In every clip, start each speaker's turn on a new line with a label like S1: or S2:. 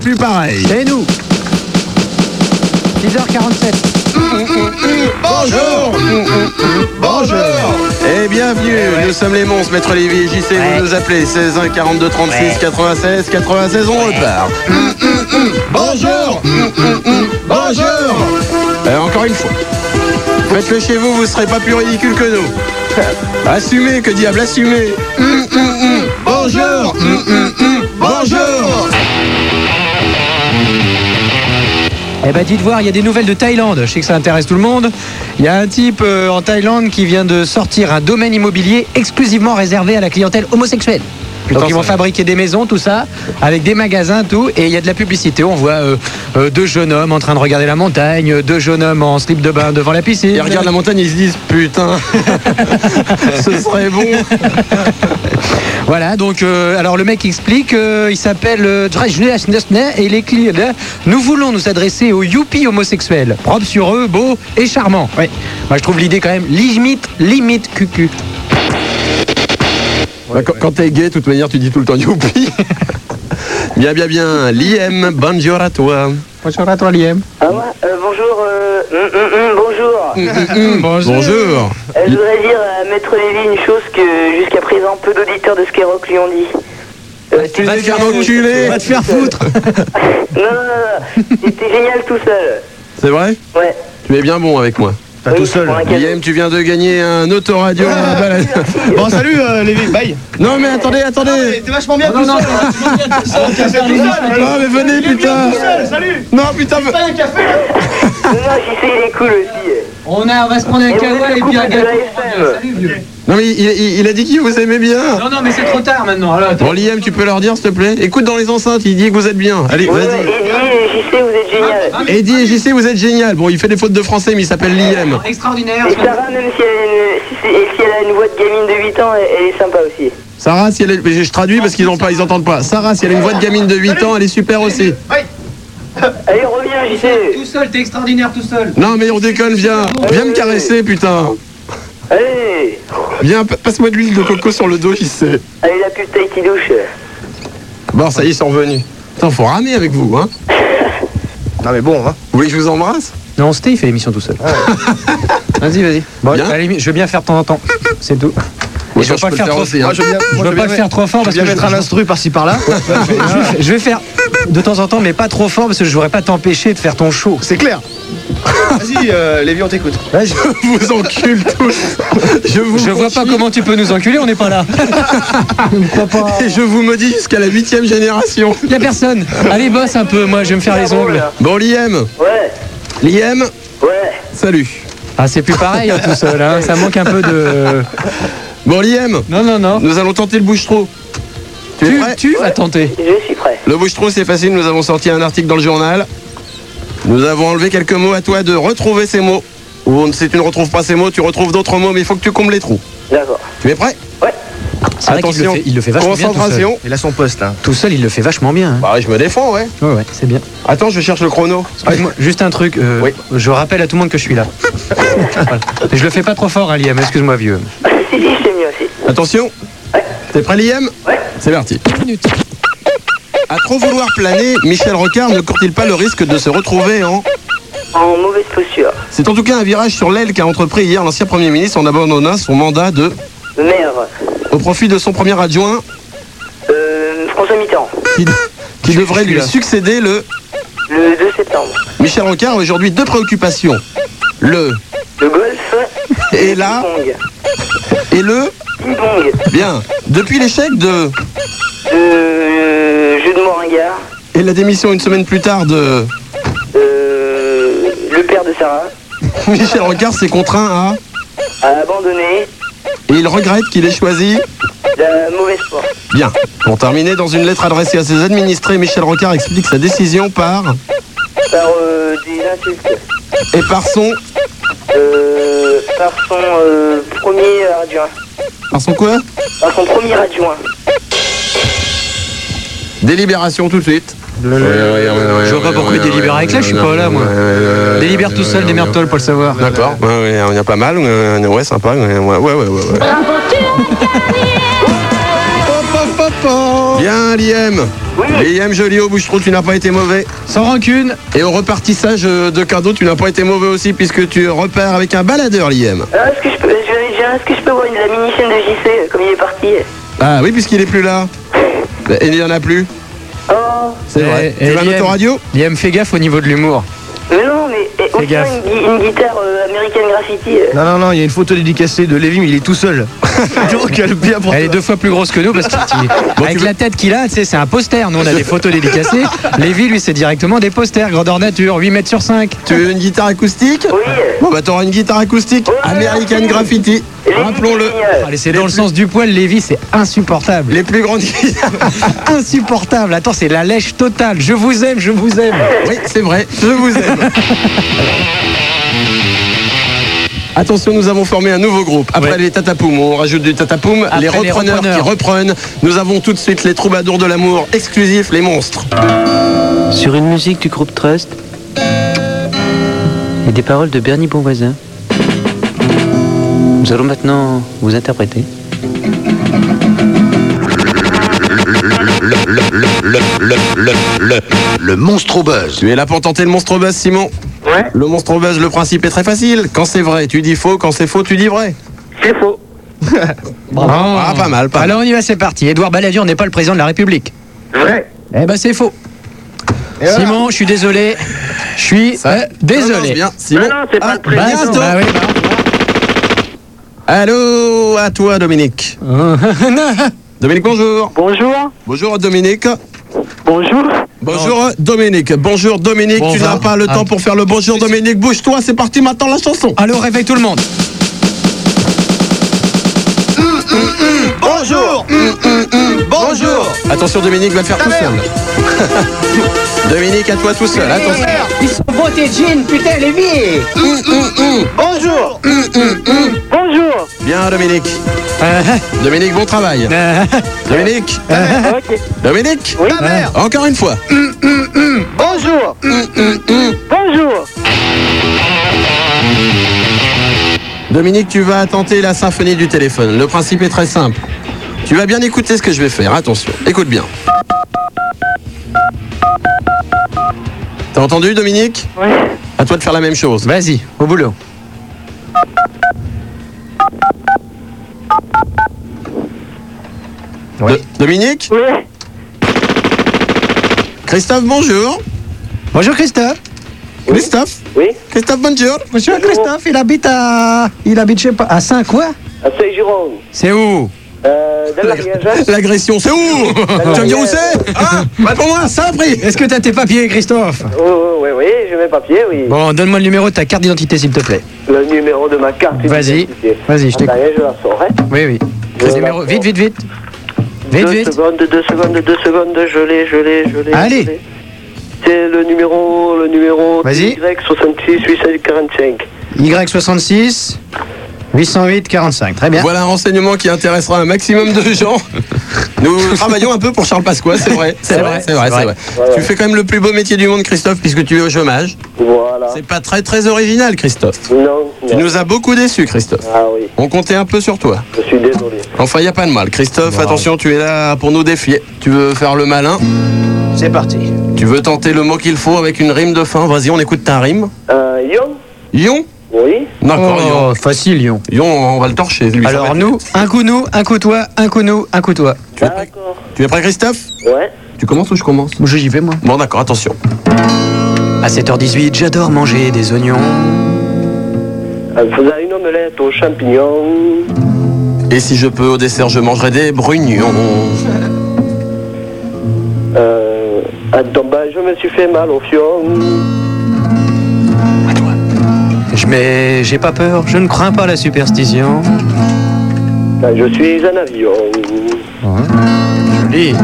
S1: plus pareil.
S2: Et nous 6h47.
S3: Bonjour Bonjour Et bienvenue, nous sommes les monstres, Maître Lévy et JC,
S2: Ouais.
S3: vous nous appelez 16 1 42 36
S2: Ouais.
S3: 96 96, on repart. Bonjour Bonjour Euh, Encore une fois, faites-le chez vous, vous serez pas plus ridicule que nous. Assumez, que diable, assumez Bonjour Bonjour
S2: Eh ben dites voir, il y a des nouvelles de Thaïlande. Je sais que ça intéresse tout le monde. Il y a un type euh, en Thaïlande qui vient de sortir un domaine immobilier exclusivement réservé à la clientèle homosexuelle. Donc ils vont fabriquer des maisons, tout ça, avec des magasins, tout, et il y a de la publicité. On voit euh, euh, deux jeunes hommes en train de regarder la montagne, euh, deux jeunes hommes en slip de bain devant la piscine.
S3: Ils regardent la montagne, ils se disent putain, ce serait bon.
S2: Voilà, donc euh, alors le mec explique, euh, il s'appelle euh, Drajnes Nesne et il est clean. Nous voulons nous adresser aux yuppies homosexuels, propres sur eux, beaux et charmants. Oui. Moi je trouve l'idée quand même limite, limite cucu.
S3: Bah, quand quand t'es gay, de toute manière, tu dis tout le temps youpi. bien, bien, bien. Liem, bonjour à toi.
S2: Bonjour à toi Liam.
S4: Ah ouais, euh, bonjour, euh, hum, hum, hum, bonjour.
S2: Bonjour.
S3: Ah, Mm, Bonjour.
S4: Euh, je voudrais dire à Maître Lévy une chose que jusqu'à présent peu d'auditeurs de Skyrock lui ont dit. Euh,
S3: Tu vas te faire enculer.
S2: Va te faire foutre.
S4: non, non, non, non, c'était génial tout seul.
S3: C'est vrai
S4: Ouais.
S3: Tu es bien bon avec moi.
S1: Pas
S4: Oui,
S1: tout seul.
S4: pour un cadeau.
S3: Liem, tu viens de gagner un autoradio. à la balade.
S1: Bon, salut euh, Lévi, bye.
S3: non, mais attendez, attendez.
S1: T'es vachement bien tout seul. hein, tu vas bien tout seul, tu vas bien tout seul.
S3: Non, mais venez,
S1: T'es bien
S3: putain.
S1: tout seul, salut.
S3: Non, putain. mais-
S1: Pas un café.
S4: Non, non, j'y sais, il est cool aussi.
S2: On, a, on va se prendre un
S4: vous
S2: kawa
S4: êtes
S2: et
S4: le
S2: puis un
S4: couple de
S2: gâteau.
S4: la
S2: Salut, vieux.
S3: Non, mais il, il- il a dit qu'il vous aimait bien.
S2: Non, non, mais c'est trop tard maintenant. Alors, attends.
S3: Bon, Liem, tu peux leur dire, s'il te plaît Écoute dans les enceintes, il dit que vous êtes bien. Allez,
S4: Ouais,
S3: vas-y.
S4: ouais, Eddie et JC, vous êtes génial.
S2: Ah,
S3: Eddie et JC, vous êtes génial. Bon, il fait des fautes de français, mais il s'appelle Liem.
S2: Extraordinaire.
S4: Et Sarah, même si elle, a une, si, c'est- si elle a une voix de gamine de 8 ans, elle, elle est sympa aussi.
S3: Sarah, si elle est... mais Je traduis parce qu'ils n'entendent pas, ils entendent pas. Sarah, si elle a une voix de gamine de 8 ans, elle est super aussi.
S4: Allez, reviens, JC.
S2: Tout seul, t'es extraordinaire tout seul.
S3: Non mais on déconne, viens. Viens me caresser, putain.
S4: Allez.
S3: Viens, pa- passe-moi de l'huile de coco sur le dos, j'y sais.
S4: Allez, la pub taille qui douche.
S3: Bon, ça y est, ils sont revenus. Putain, faut ramer avec vous, hein.
S1: Non mais bon, hein.
S3: Vous voulez que je vous embrasse
S2: Non, c'était, il fait l'émission tout seul. vas-y, vas-y. Bon,
S3: Bien.
S2: à la limite, je veux bien faire de temps en temps. C'est tout.
S3: Ouais,
S2: je veux
S3: ça,
S2: pas
S3: eh, je
S2: le
S3: peux
S2: faire trop-
S3: aussi, hein.
S1: Moi, je veux bien-
S2: Ah, Je
S1: moi,
S2: veux
S1: je
S2: pas
S1: veux
S2: le
S1: bien-
S2: faire trop fort
S1: Je veux
S2: parce
S1: bien
S2: que je,
S1: mettre un instru par-ci par-là.
S2: je- je vais faire de temps en temps, mais pas trop fort parce que je voudrais pas t'empêcher de faire ton show.
S1: C'est clair. Vas-y, euh, Lévi, on t'écoute.
S2: Vas-y.
S3: Je vous encule tous. Je vous
S2: Je vois pas comment tu peux nous enculer, on n'est pas là.
S3: Et je vous maudis jusqu'à la huitième génération.
S2: Y a personne. Allez, bosse un peu, moi je vais me faire les ongles.
S3: Bon, Liem.
S4: Ouais,
S3: Liem,
S4: ouais.
S3: salut.
S2: Ah, c'est plus pareil hein, tout seul, hein. ça manque un peu de.
S3: Bon, Liem,
S2: Non, non, non.
S3: nous allons tenter le bouche-trou. Tu es
S2: Tu,
S3: prêt
S2: tu vas tenter.
S4: Je suis prêt.
S3: Le bouche-trou, c'est facile, nous avons sorti un article dans le journal. Nous avons enlevé quelques mots à toi de retrouver ces mots. Ou on- si tu ne retrouves pas ces mots, tu retrouves d'autres mots, mais il faut que tu combles les trous.
S4: D'accord.
S3: Tu es prêt
S2: C'est vrai qu'il le
S3: Attention.
S2: fait, il le fait vachement bien. Tout seul.
S3: Concentration.
S1: Il a son poste, hein. là.
S2: Tout seul, il le fait vachement bien. hein.
S3: Bah, je me défends, ouais.
S2: Ouais, ouais, c'est bien.
S3: Attends, je cherche le chrono.
S2: Excuse-moi, juste un truc, euh,
S3: Oui.
S2: je rappelle à tout le monde que je suis là. Voilà. Je le fais pas trop fort, hein, Liam, excuse-moi, vieux.
S4: si, si, je t'ai mis aussi.
S3: Attention. T'es prêt, Liam
S4: Ouais.
S3: C'est parti. À trop vouloir planer, Michel Rocard ne court-il pas le risque de se retrouver en
S4: En mauvaise posture.
S3: C'est en tout cas un virage sur l'aile qu'a entrepris hier l'ancien Premier ministre en abandonnant son mandat de
S4: Merde.
S3: au profit de son premier adjoint
S4: Euh, François Mitterrand.
S3: qui, qui devrait
S2: je suis
S3: lui
S2: là.
S3: succéder le
S4: Le 2 septembre.
S3: Michel Rocard a aujourd'hui deux préoccupations. Le
S4: Le golf.
S3: et là
S4: Ping-pong.
S3: et le
S4: Ping-pong.
S3: bien. Depuis l'échec de
S4: Euh, jeu de Moringard.
S3: et la démission une semaine plus tard de
S4: Euh, le père de Sarah.
S3: Michel Rocard s'est contraint à
S4: A abandonné
S3: et il regrette qu'il ait choisi
S4: la mauvaise foi.
S3: bien. Pour terminer dans une lettre adressée à ses administrés, Michel Rocard explique sa décision par
S4: Par euh, des insultes.
S3: et par son
S4: Euh, par son euh, premier adjoint.
S3: par son quoi
S4: Par son premier adjoint.
S3: Délibération tout de suite.
S2: Je vois pas pourquoi il délibère avec là, je suis pas là, moi.
S3: Euh,
S2: Délibère tout seul, démerde-toi pour le savoir.
S3: D'accord, ouais, ouais, on y a pas mal, ouais, ouais, sympa, ouais, ouais, ouais, ouais. ouais, ouais.
S5: Bravo, tu as
S3: Pop, pop, pop, pop. Bien, Liam.
S4: Oui.
S3: Liam Joliot, bouche-trou, tu n'as pas été mauvais.
S2: Sans rancune.
S3: Et au repartissage euh, de cadeaux, tu n'as pas été mauvais aussi, puisque tu repères avec un baladeur, Liam.
S4: Ah, Est-ce que je peux, je- je- est-ce que je peux voir une- la mini-chaîne de JC euh, comme il est parti euh
S3: Ah oui, puisqu'il est plus là. Bah, Il n'y en a plus.
S4: Oh,
S3: C'est
S2: Eh,
S3: vrai. ben,
S2: eh,
S3: tu vas à
S2: Liam.
S3: l'autoradio
S2: Liam, fais gaffe au niveau de l'humour.
S4: mais non, mais eh, aussi
S2: gaffe.
S4: une, gui- une guitare euh, américaine graffiti. euh.
S1: Non, non, non, il y a une photo dédicacée de Lévi, mais il est tout seul. Donc, elle est bien pour
S2: Elle est deux fois plus grosse que nous parce que tu- avec
S3: tu veux-
S2: la tête qu'il a, tu sais, c'est un poster. Nous, on a des photos dédicacées. Lévi, lui, c'est directement des posters, grandeur nature, 8 mètres sur 5.
S3: Tu veux une guitare acoustique
S4: Oui, euh,
S3: Bon, bah, t'auras une guitare acoustique.
S4: Ouais,
S3: American
S4: merci.
S3: Graffiti.
S4: Lévi,
S3: Rappelons-le.
S4: c'est génial.
S2: Allez, c'est dans le sens du poil, Lévi, c'est insupportable.
S3: Les plus grandes guitares.
S2: Insupportable. Attends, c'est la lèche totale. Je vous aime, je vous aime.
S3: Oui, c'est vrai. Je vous aime. Attention, nous avons formé un nouveau groupe. Après
S2: Ouais.
S3: les Tatapoum, on rajoute du Tatapoum,
S2: Après
S3: les
S2: les
S3: repreneurs qui
S2: repreneurs.
S3: reprennent. Nous avons tout de suite les troubadours de l'amour exclusifs, les monstres.
S5: Sur une musique du groupe Trust et des paroles de Bernie Bonvoisin. Nous allons maintenant vous interpréter.
S6: Le monstre au buzz.
S3: Tu es là pour tenter le monstre au buzz, Simon
S7: Ouais.
S3: Le monstre au buzz, le principe est très facile. Quand c'est vrai, tu dis faux. Quand c'est faux, tu dis vrai.
S7: C'est faux.
S3: Ah, pas mal, pas mal.
S2: Alors, on y va, c'est parti. Édouard Balladur n'est pas le président de la République.
S7: Vrai.
S2: Eh ben, c'est faux. Simon, je suis désolé. Je suis
S3: Ça
S2: euh,
S3: commence
S2: désolé.
S3: bien, Simon.
S7: Non, non, c'est pas
S3: Ah,
S7: le président.
S3: bientôt.
S2: Bah oui, bah.
S3: Allô, à toi, Dominique. Dominique, bonjour.
S7: Bonjour.
S3: Bonjour, Dominique.
S7: Bonjour.
S3: Bonjour euh, Dominique, bonjour Dominique,
S2: Bon,
S3: tu
S2: va.
S3: n'as pas le
S2: Ah.
S3: temps pour faire le bonjour Dominique, bouge-toi, c'est parti maintenant la chanson.
S2: Allô, réveille tout le monde.
S1: Bonjour Bonjour
S3: Hum, Attention Dominique va le faire tout seul. Dominique à toi tout seul, attention.
S8: Ils sont beaux tes jeans, putain, les vies
S1: Bonjour
S7: Bonjour.
S3: Bien Dominique.
S2: Ah,
S3: Dominique, bon travail. Dominique,
S7: Ok.
S3: Dominique,
S7: Oui.
S3: encore une fois.
S7: Bonjour. Bonjour.
S3: Dominique, tu vas tenter la symphonie du téléphone. Le principe est très simple. Tu vas bien écouter ce que je vais faire, attention, écoute bien. T'as entendu Dominique
S7: Oui.
S3: À toi de faire la même chose.
S2: Vas-y, au boulot.
S3: Do- Dominique
S7: Oui.
S3: Christophe, bonjour.
S2: Bonjour Christophe.
S3: Christophe
S4: Oui.
S3: Christophe, bonjour.
S2: Monsieur Christophe, il habite à. Il habite, je sais pas, à Saint quoi
S4: Ah, c'est Jérôme.
S2: C'est où
S4: Euh, dans la Riageac,
S3: L'agression, c'est où Tu vas me dire où
S4: Euh,
S3: c'est Ah bah Pour moi, ça a pris
S2: Est-ce que t'as tes papiers, Christophe
S4: Oui, Oh, oui, oui, j'ai mes papiers, oui.
S2: Bon, donne-moi le numéro de ta carte d'identité, s'il te plaît.
S4: Le numéro de ma carte.
S2: Vas-y.
S4: d'identité.
S2: Vas-y, je
S4: Ah,
S2: t'écoute.
S4: bah, je la saurai.
S2: Oui, oui.
S4: Euh,
S2: Numéro-
S4: d'accord.
S2: Vite, vite, vite. Vite,
S4: deux
S2: vite.
S4: secondes, deux secondes, deux secondes, je l'ai, je l'ai, je l'ai.
S2: Allez.
S4: je l'ai. C'est le numéro, le numéro
S2: Vas-y.
S4: Y66 845.
S2: Y66 808 45. Très bien.
S3: Voilà un renseignement qui intéressera un maximum de gens. Nous travaillons un peu pour Charles Pasqua, c'est vrai. C'est
S2: vrai,
S3: c'est vrai,
S2: c'est
S3: c'est
S2: vrai.
S3: vrai. Tu fais quand même le plus beau métier du monde, Christophe, puisque tu es au chômage.
S4: Voilà.
S3: C'est pas très très original, Christophe.
S4: Non,
S3: Tu
S4: non.
S3: nous as beaucoup déçus, Christophe.
S4: Ah oui,
S3: On comptait un peu sur toi.
S4: je suis désolé.
S3: Enfin, il a pas de mal. Christophe, attention, tu es là pour nous défier. Tu veux faire le malin
S1: C'est parti.
S3: Tu veux tenter le mot qu'il faut avec une rime de fin Vas-y, on écoute ta rime.
S4: Euh, Yon
S3: Yon
S4: Oui.
S3: Non, encore Yon.
S2: Oh, facile, Lyon.
S3: Yon, on va le torcher. lui. Ça
S2: Alors,
S3: va.
S2: nous, un coup nous, un coup toi, un coup nous, un coup toi.
S3: Tu es prêt,
S4: D'accord.
S3: tu es prêt, Christophe
S4: Ouais.
S3: Tu commences ou je commence
S2: Je j'y vais, moi.
S3: Bon, d'accord, attention.
S2: À 7h18, j'adore manger des oignons.
S4: En faisant Euh, une omelette aux champignons.
S3: Et si je peux, au dessert, je mangerai des brugnons.
S4: Euh, en tombant, je me suis fait mal au fion.
S2: Je mets, j'ai pas peur, je ne crains pas la superstition.
S4: Quand je suis en avion.
S2: Joli.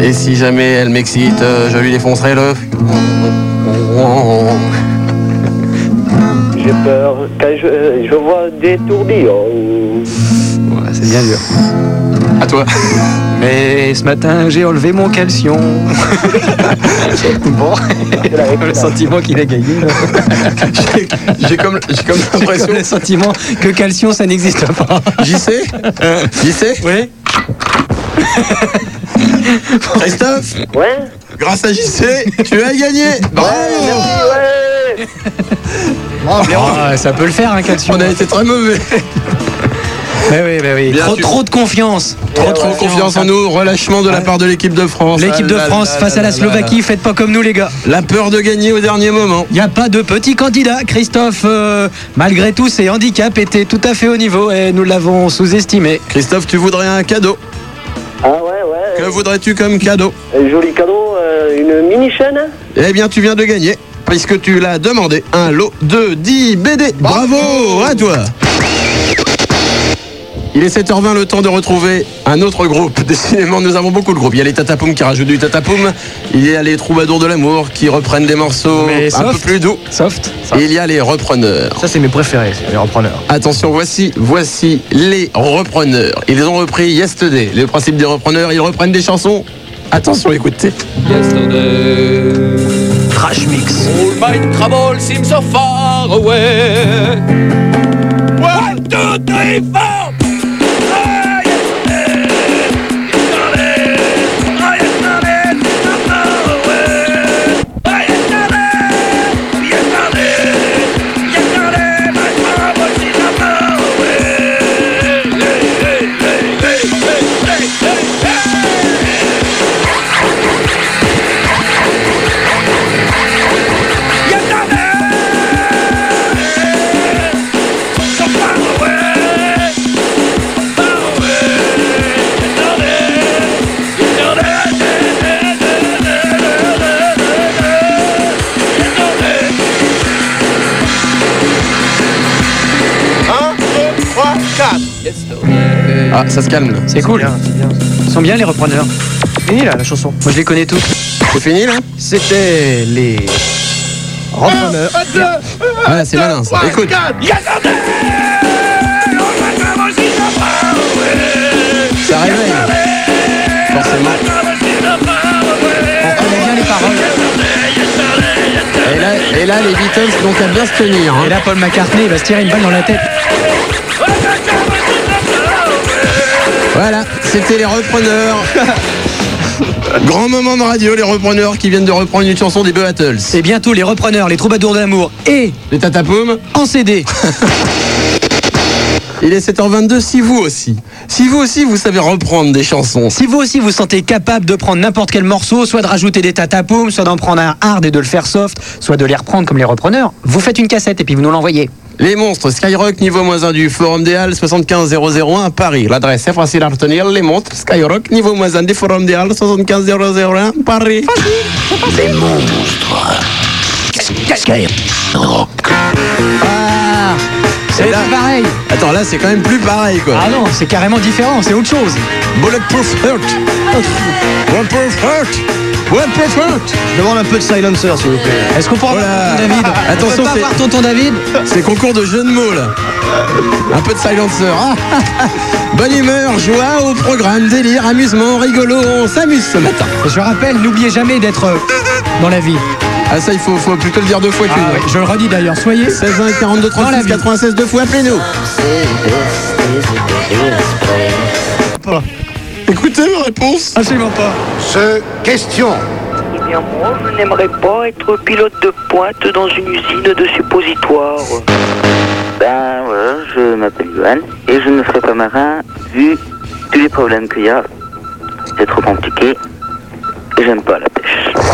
S3: Et si jamais elle m'excite, euh, je lui défoncerai le...
S4: J'ai peur quand je, je vois des tourbillons.
S2: Ouais, Bah, c'est bien dur.
S3: À toi.
S2: Mais ce matin, j'ai enlevé mon calcium. bon, le sentiment qu'il a gagné.
S3: J'ai- J'ai comme, j'ai comme
S2: J'ai
S3: l'impression...
S2: comme le sentiment que calcium, ça n'existe pas.
S3: J'y sais J'y sais
S2: Oui
S3: Christophe,
S7: Ouais
S3: grâce à JC, tu as gagné. Bravo.
S7: Ouais
S2: Ah, ça peut le faire, un calcium.
S3: On a été très mauvais.
S2: Mais oui, mais oui.
S3: Bien
S2: Trop,
S3: sûr.
S2: trop de confiance.
S3: Trop trop confiance en nous. Relâchement de la part de l'équipe de France.
S2: L'équipe de
S3: Ah là
S2: France
S3: là
S2: face
S3: là
S2: à la
S3: là
S2: Slovaquie, faites pas comme nous, les gars.
S3: là. La peur de gagner au dernier moment.
S2: Il n'y a pas de petit candidat. Christophe, euh, malgré tout ses handicaps, était tout à fait au niveau et nous l'avons sous-estimé.
S3: Christophe, tu voudrais un cadeau.
S7: Ah ouais, ouais.
S3: Que voudrais-tu comme cadeau
S7: Un joli cadeau, euh, une mini-chaîne
S3: Eh bien, tu viens de gagner, puisque tu l'as demandé, un lot de 10 BD. Bravo à toi il est 7h20, le temps de retrouver un autre groupe. Décidément, nous avons beaucoup de groupes. Il y a les Tatapoum qui rajoutent du Tatapoum. Il y a les Troubadours de l'amour qui reprennent des morceaux
S2: Mais
S3: un peu
S2: soft.
S3: plus doux.
S2: Soft.
S3: Et il y a les repreneurs.
S1: Ça, c'est mes préférés, les repreneurs.
S3: Attention, voici, voici les repreneurs. Ils ont repris Yesterday. Le principe des repreneurs, ils reprennent des chansons. Attention, écoutez.
S2: Hmm.
S1: Trash mix.
S3: Ah, ça se calme là.
S2: C'est cool. Ils sont bien les repreneurs.
S1: Fini là, la chanson.
S2: Moi je les connais tous.
S3: C'est fini là
S1: C'était les repreneurs.
S3: Ah, c'est malin ça. Écoute. Ça réveille. Forcément.
S2: On connaît bien les paroles.
S3: Et là, et là, les Beatles donc à bien se tenir. hein.
S2: Et là Paul McCartney il va se tirer une balle dans la tête.
S3: Voilà, c'était les repreneurs. Grand moment de radio, les repreneurs qui viennent de reprendre une chanson des Beatles.
S2: Et bientôt les repreneurs, les troubadours d'amour et
S3: Les Tatapoum.
S2: en CD.
S3: Il est 7h22. Si vous aussi, si vous aussi, vous savez reprendre des chansons.
S2: Si vous aussi vous sentez capable de prendre n'importe quel morceau, soit de rajouter des tatapoums, soit d'en prendre un hard et de le faire soft, soit de les reprendre comme les repreneurs, vous faites une cassette et puis vous nous l'envoyez.
S3: Les monstres, Skyrock, niveau moins 1 du Forum des Halles, 75001 Paris. L'adresse est facile à retenir. Les monstres, Skyrock, niveau moins 1 du Forum des Halles, 75001 Paris.
S2: Ah C'est
S3: là.
S2: pas pareil
S3: Attends, là, c'est quand même plus pareil, quoi.
S2: Ah non, c'est carrément différent, c'est autre chose.
S3: Bulletproof Hurt. Bulletproof Hurt. Bulletproof Hurt.
S1: Je demande un peu de silencer, s'il vous plaît.
S2: Est-ce qu'on pourra
S3: Oh là.
S2: voir tonton David
S3: Attention,
S2: On peut pas
S3: c'est-
S2: voir tonton David
S3: C'est concours de jeux de mots, là. Un peu de silencer. Ah, ah, ah. Bonne humeur, joie au programme, délire, amusement, rigolo. On s'amuse ce matin.
S2: Je rappelle, n'oubliez jamais d'être euh, dans la vie.
S3: Ah, ça, il faut, faut plutôt le dire deux fois qu'une.
S2: Ah ouais, Je le redis d'ailleurs, soyez
S3: 16 1 42
S2: Dans la
S3: 36
S2: vie.
S3: 96 deux fois appelez-nous. Écoutez ma réponse.
S2: absolument pas.
S4: Eh bien, moi, je n'aimerais pas être pilote de pointe dans une usine de suppositoires.
S6: Ben voilà, je m'appelle Johan et je ne serai pas marin vu tous les problèmes qu'il y a. C'est trop compliqué et j'aime pas la pêche.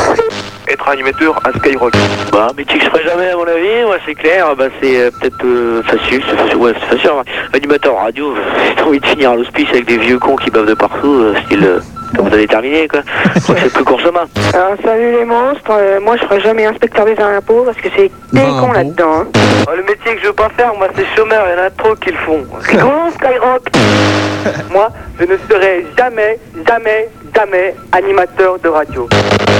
S9: être animateur à Skyrock.
S6: Bah mais tu serais jamais à mon avis, moi c'est clair, bah c'est euh, peut-être euh, facile, c'est facile, ouais c'est facile. hein. Animateur radio, j'ai envie de finir à l'hospice avec des vieux cons qui bavent de partout, euh, style euh, comme vous avez terminé quoi. Je crois que c'est plus court chemin.
S4: Alors, Ah, salut les monstres, euh, moi je ferai jamais inspecteur des impôts parce que c'est des
S3: Bravo.
S4: cons là-dedans. hein.
S9: Oh, le métier que je veux pas faire, moi, c'est chômeur, il y en a trop qui le font.
S4: Gros Skyrock
S9: Moi, je ne serai jamais, jamais, jamais animateur de radio.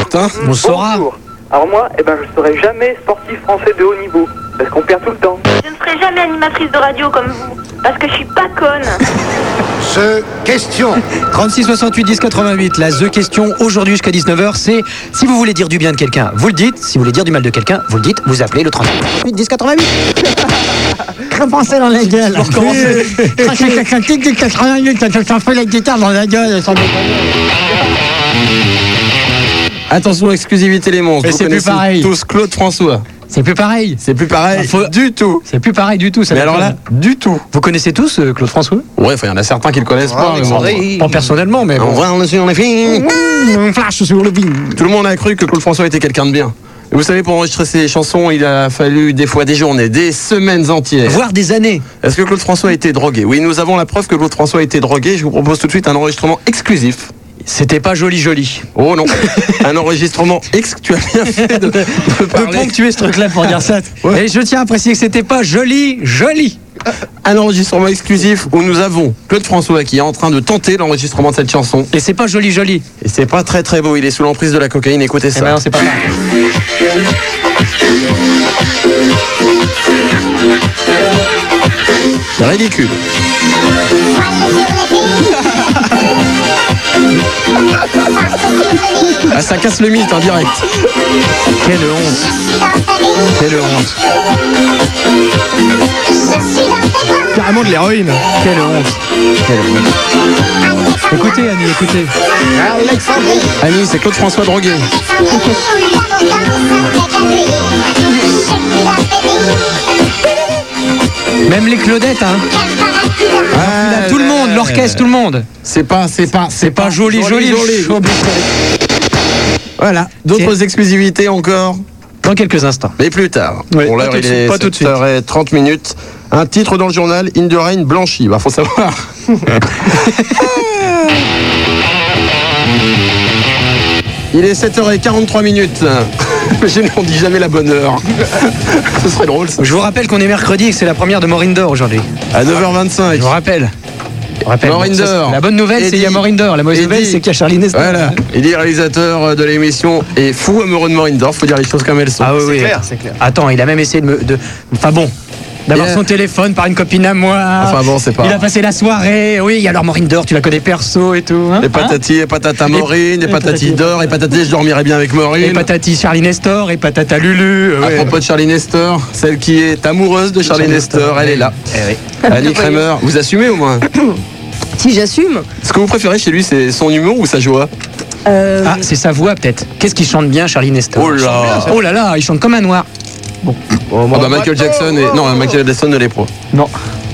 S3: Putain.
S2: On le saura.
S9: Bonjour. Alors moi, eh ben, je serai jamais sportif français de haut niveau. Parce qu'on perd tout le temps.
S4: Je ne serai jamais animatrice de radio comme vous, parce que je suis pas conne.
S10: Ce question.
S2: 36 68 10 88, la The Question aujourd'hui jusqu'à 19h, c'est si vous voulez dire du bien de quelqu'un, vous le dites, si vous voulez dire du mal de quelqu'un, vous le dites, vous appelez le 38 10 88.
S8: Commencez dans la gueule.
S2: Pour commencer.
S8: Ça, c'est quelqu'un qui dit 88, ça te fait la guitare dans la gueule, sans déconner.
S3: Attention, exclusivité les monstres.
S2: Et
S3: Vous
S2: c'est plus
S3: connaissez
S2: pareil.
S3: tous Claude François.
S2: C'est plus pareil.
S3: C'est plus pareil
S2: Faut-
S3: du tout.
S2: C'est plus pareil du tout. Ça
S3: Mais
S2: va
S3: alors
S2: être-
S3: là, du tout.
S2: vous connaissez tous euh, Claude François
S3: Ouais, enfin, il y en a certains qui le connaissent pas. mais bon.
S2: Pas personnellement, mais
S3: On
S2: bon.
S3: voit, on est sur les films.
S8: On flash sur le vide.
S3: Tout le monde a cru que Claude François était quelqu'un de bien. Et vous savez, pour enregistrer ses chansons, il a fallu des fois des journées, des semaines entières.
S2: Voire des années.
S3: Est-ce que Claude François a été drogué Oui, nous avons la preuve que Claude François a été drogué. Je vous propose tout de suite un enregistrement exclusif.
S2: C'était pas joli, joli.
S3: Oh non, un enregistrement ex. Tu as bien fait de, de
S2: Peu
S3: parler.
S2: ponctué ce truc-là pour dire ça. Et je tiens à préciser que c'était pas joli, joli.
S3: Un enregistrement exclusif où nous avons Claude François qui est en train de tenter l'enregistrement de cette chanson.
S2: Et c'est pas joli, joli.
S3: Et c'est pas très très beau. Il est sous l'emprise de la cocaïne. Écoutez
S2: Eh ben
S3: ça.
S2: non, c'est pas mal.
S3: C'est ridicule. Ah, ça casse le mythe en direct.
S2: Quelle honte. Quelle honte.
S1: Carrément de l'héroïne.
S2: Quelle honte. Quelle honte. Écoutez, Annie, écoutez.
S3: Annie, c'est Claude François drogué.
S2: Même les Claudettes, hein. Là, tout le monde, l'orchestre, tout le monde.
S3: C'est pas, c'est pas,
S2: C'est pas joli, joli. le show.
S3: Voilà. D'autres exclusivités encore,
S2: Dans quelques instants.
S3: mais plus tard.
S2: Oui,
S3: Pour
S2: pas
S3: l'heure,
S2: tout de
S3: il
S2: suite,
S3: est
S2: pas tout de suite.
S3: 30 minutes. Un titre dans le journal, In the Rain blanchi. Bah, faut savoir. Il est 7h43 minutes. Imagine, on dit jamais la bonne heure. Ce serait drôle, ça.
S2: Je vous rappelle qu'on est mercredi et que c'est la première de Maureen d'Or aujourd'hui.
S3: À
S2: Je
S3: 9h25.
S2: vous rappelle. Je vous rappelle.
S3: Maureen
S2: Bon, ça,
S3: Dor.
S2: c'est- La bonne nouvelle, c'est qu'il y a
S3: Eddie.
S2: Maureen d'Or. La mauvaise
S3: Eddie.
S2: nouvelle, c'est qu'il y a Charlie Nestor.
S3: Voilà. Il est réalisateur de l'émission et fou amoureux de Morindorf. Faut dire les choses comme elles sont.
S2: Ah oui, oui.
S1: c'est clair.
S2: Attends, il a même essayé de me. de- Enfin bon. D'avoir
S3: Yeah.
S2: son téléphone par une copine à moi.
S3: Enfin bon, c'est pas-
S2: Il a passé la soirée. Oui, alors Maureen d'Or, tu la connais perso et tout. hein,
S3: Les
S2: hein
S3: patati, et patata Maureen, les
S2: les patati.
S3: patati d'or, et patati, je dormirai bien avec
S2: Et Ah,
S3: Maureen.
S2: patati Charlie Nestor et patata Lulu. euh,
S3: À
S2: ouais.
S3: propos de Charlie Nestor, celle qui est amoureuse de Charlie Nestor, Eh elle est là. Annie Kramer, vous assumez au moins
S11: Si j'assume,
S3: Ce que vous préférez chez lui, c'est son humour ou sa joie
S11: euh,
S2: Ah, c'est sa voix peut-être. Qu'est-ce qu'il chante bien, Charlie Nestor
S3: Oh là
S2: Oh là là, il chante comme un noir.
S3: Ah bah Michael Jackson est... Non, Michael Jackson ne l'est pas.
S2: Non.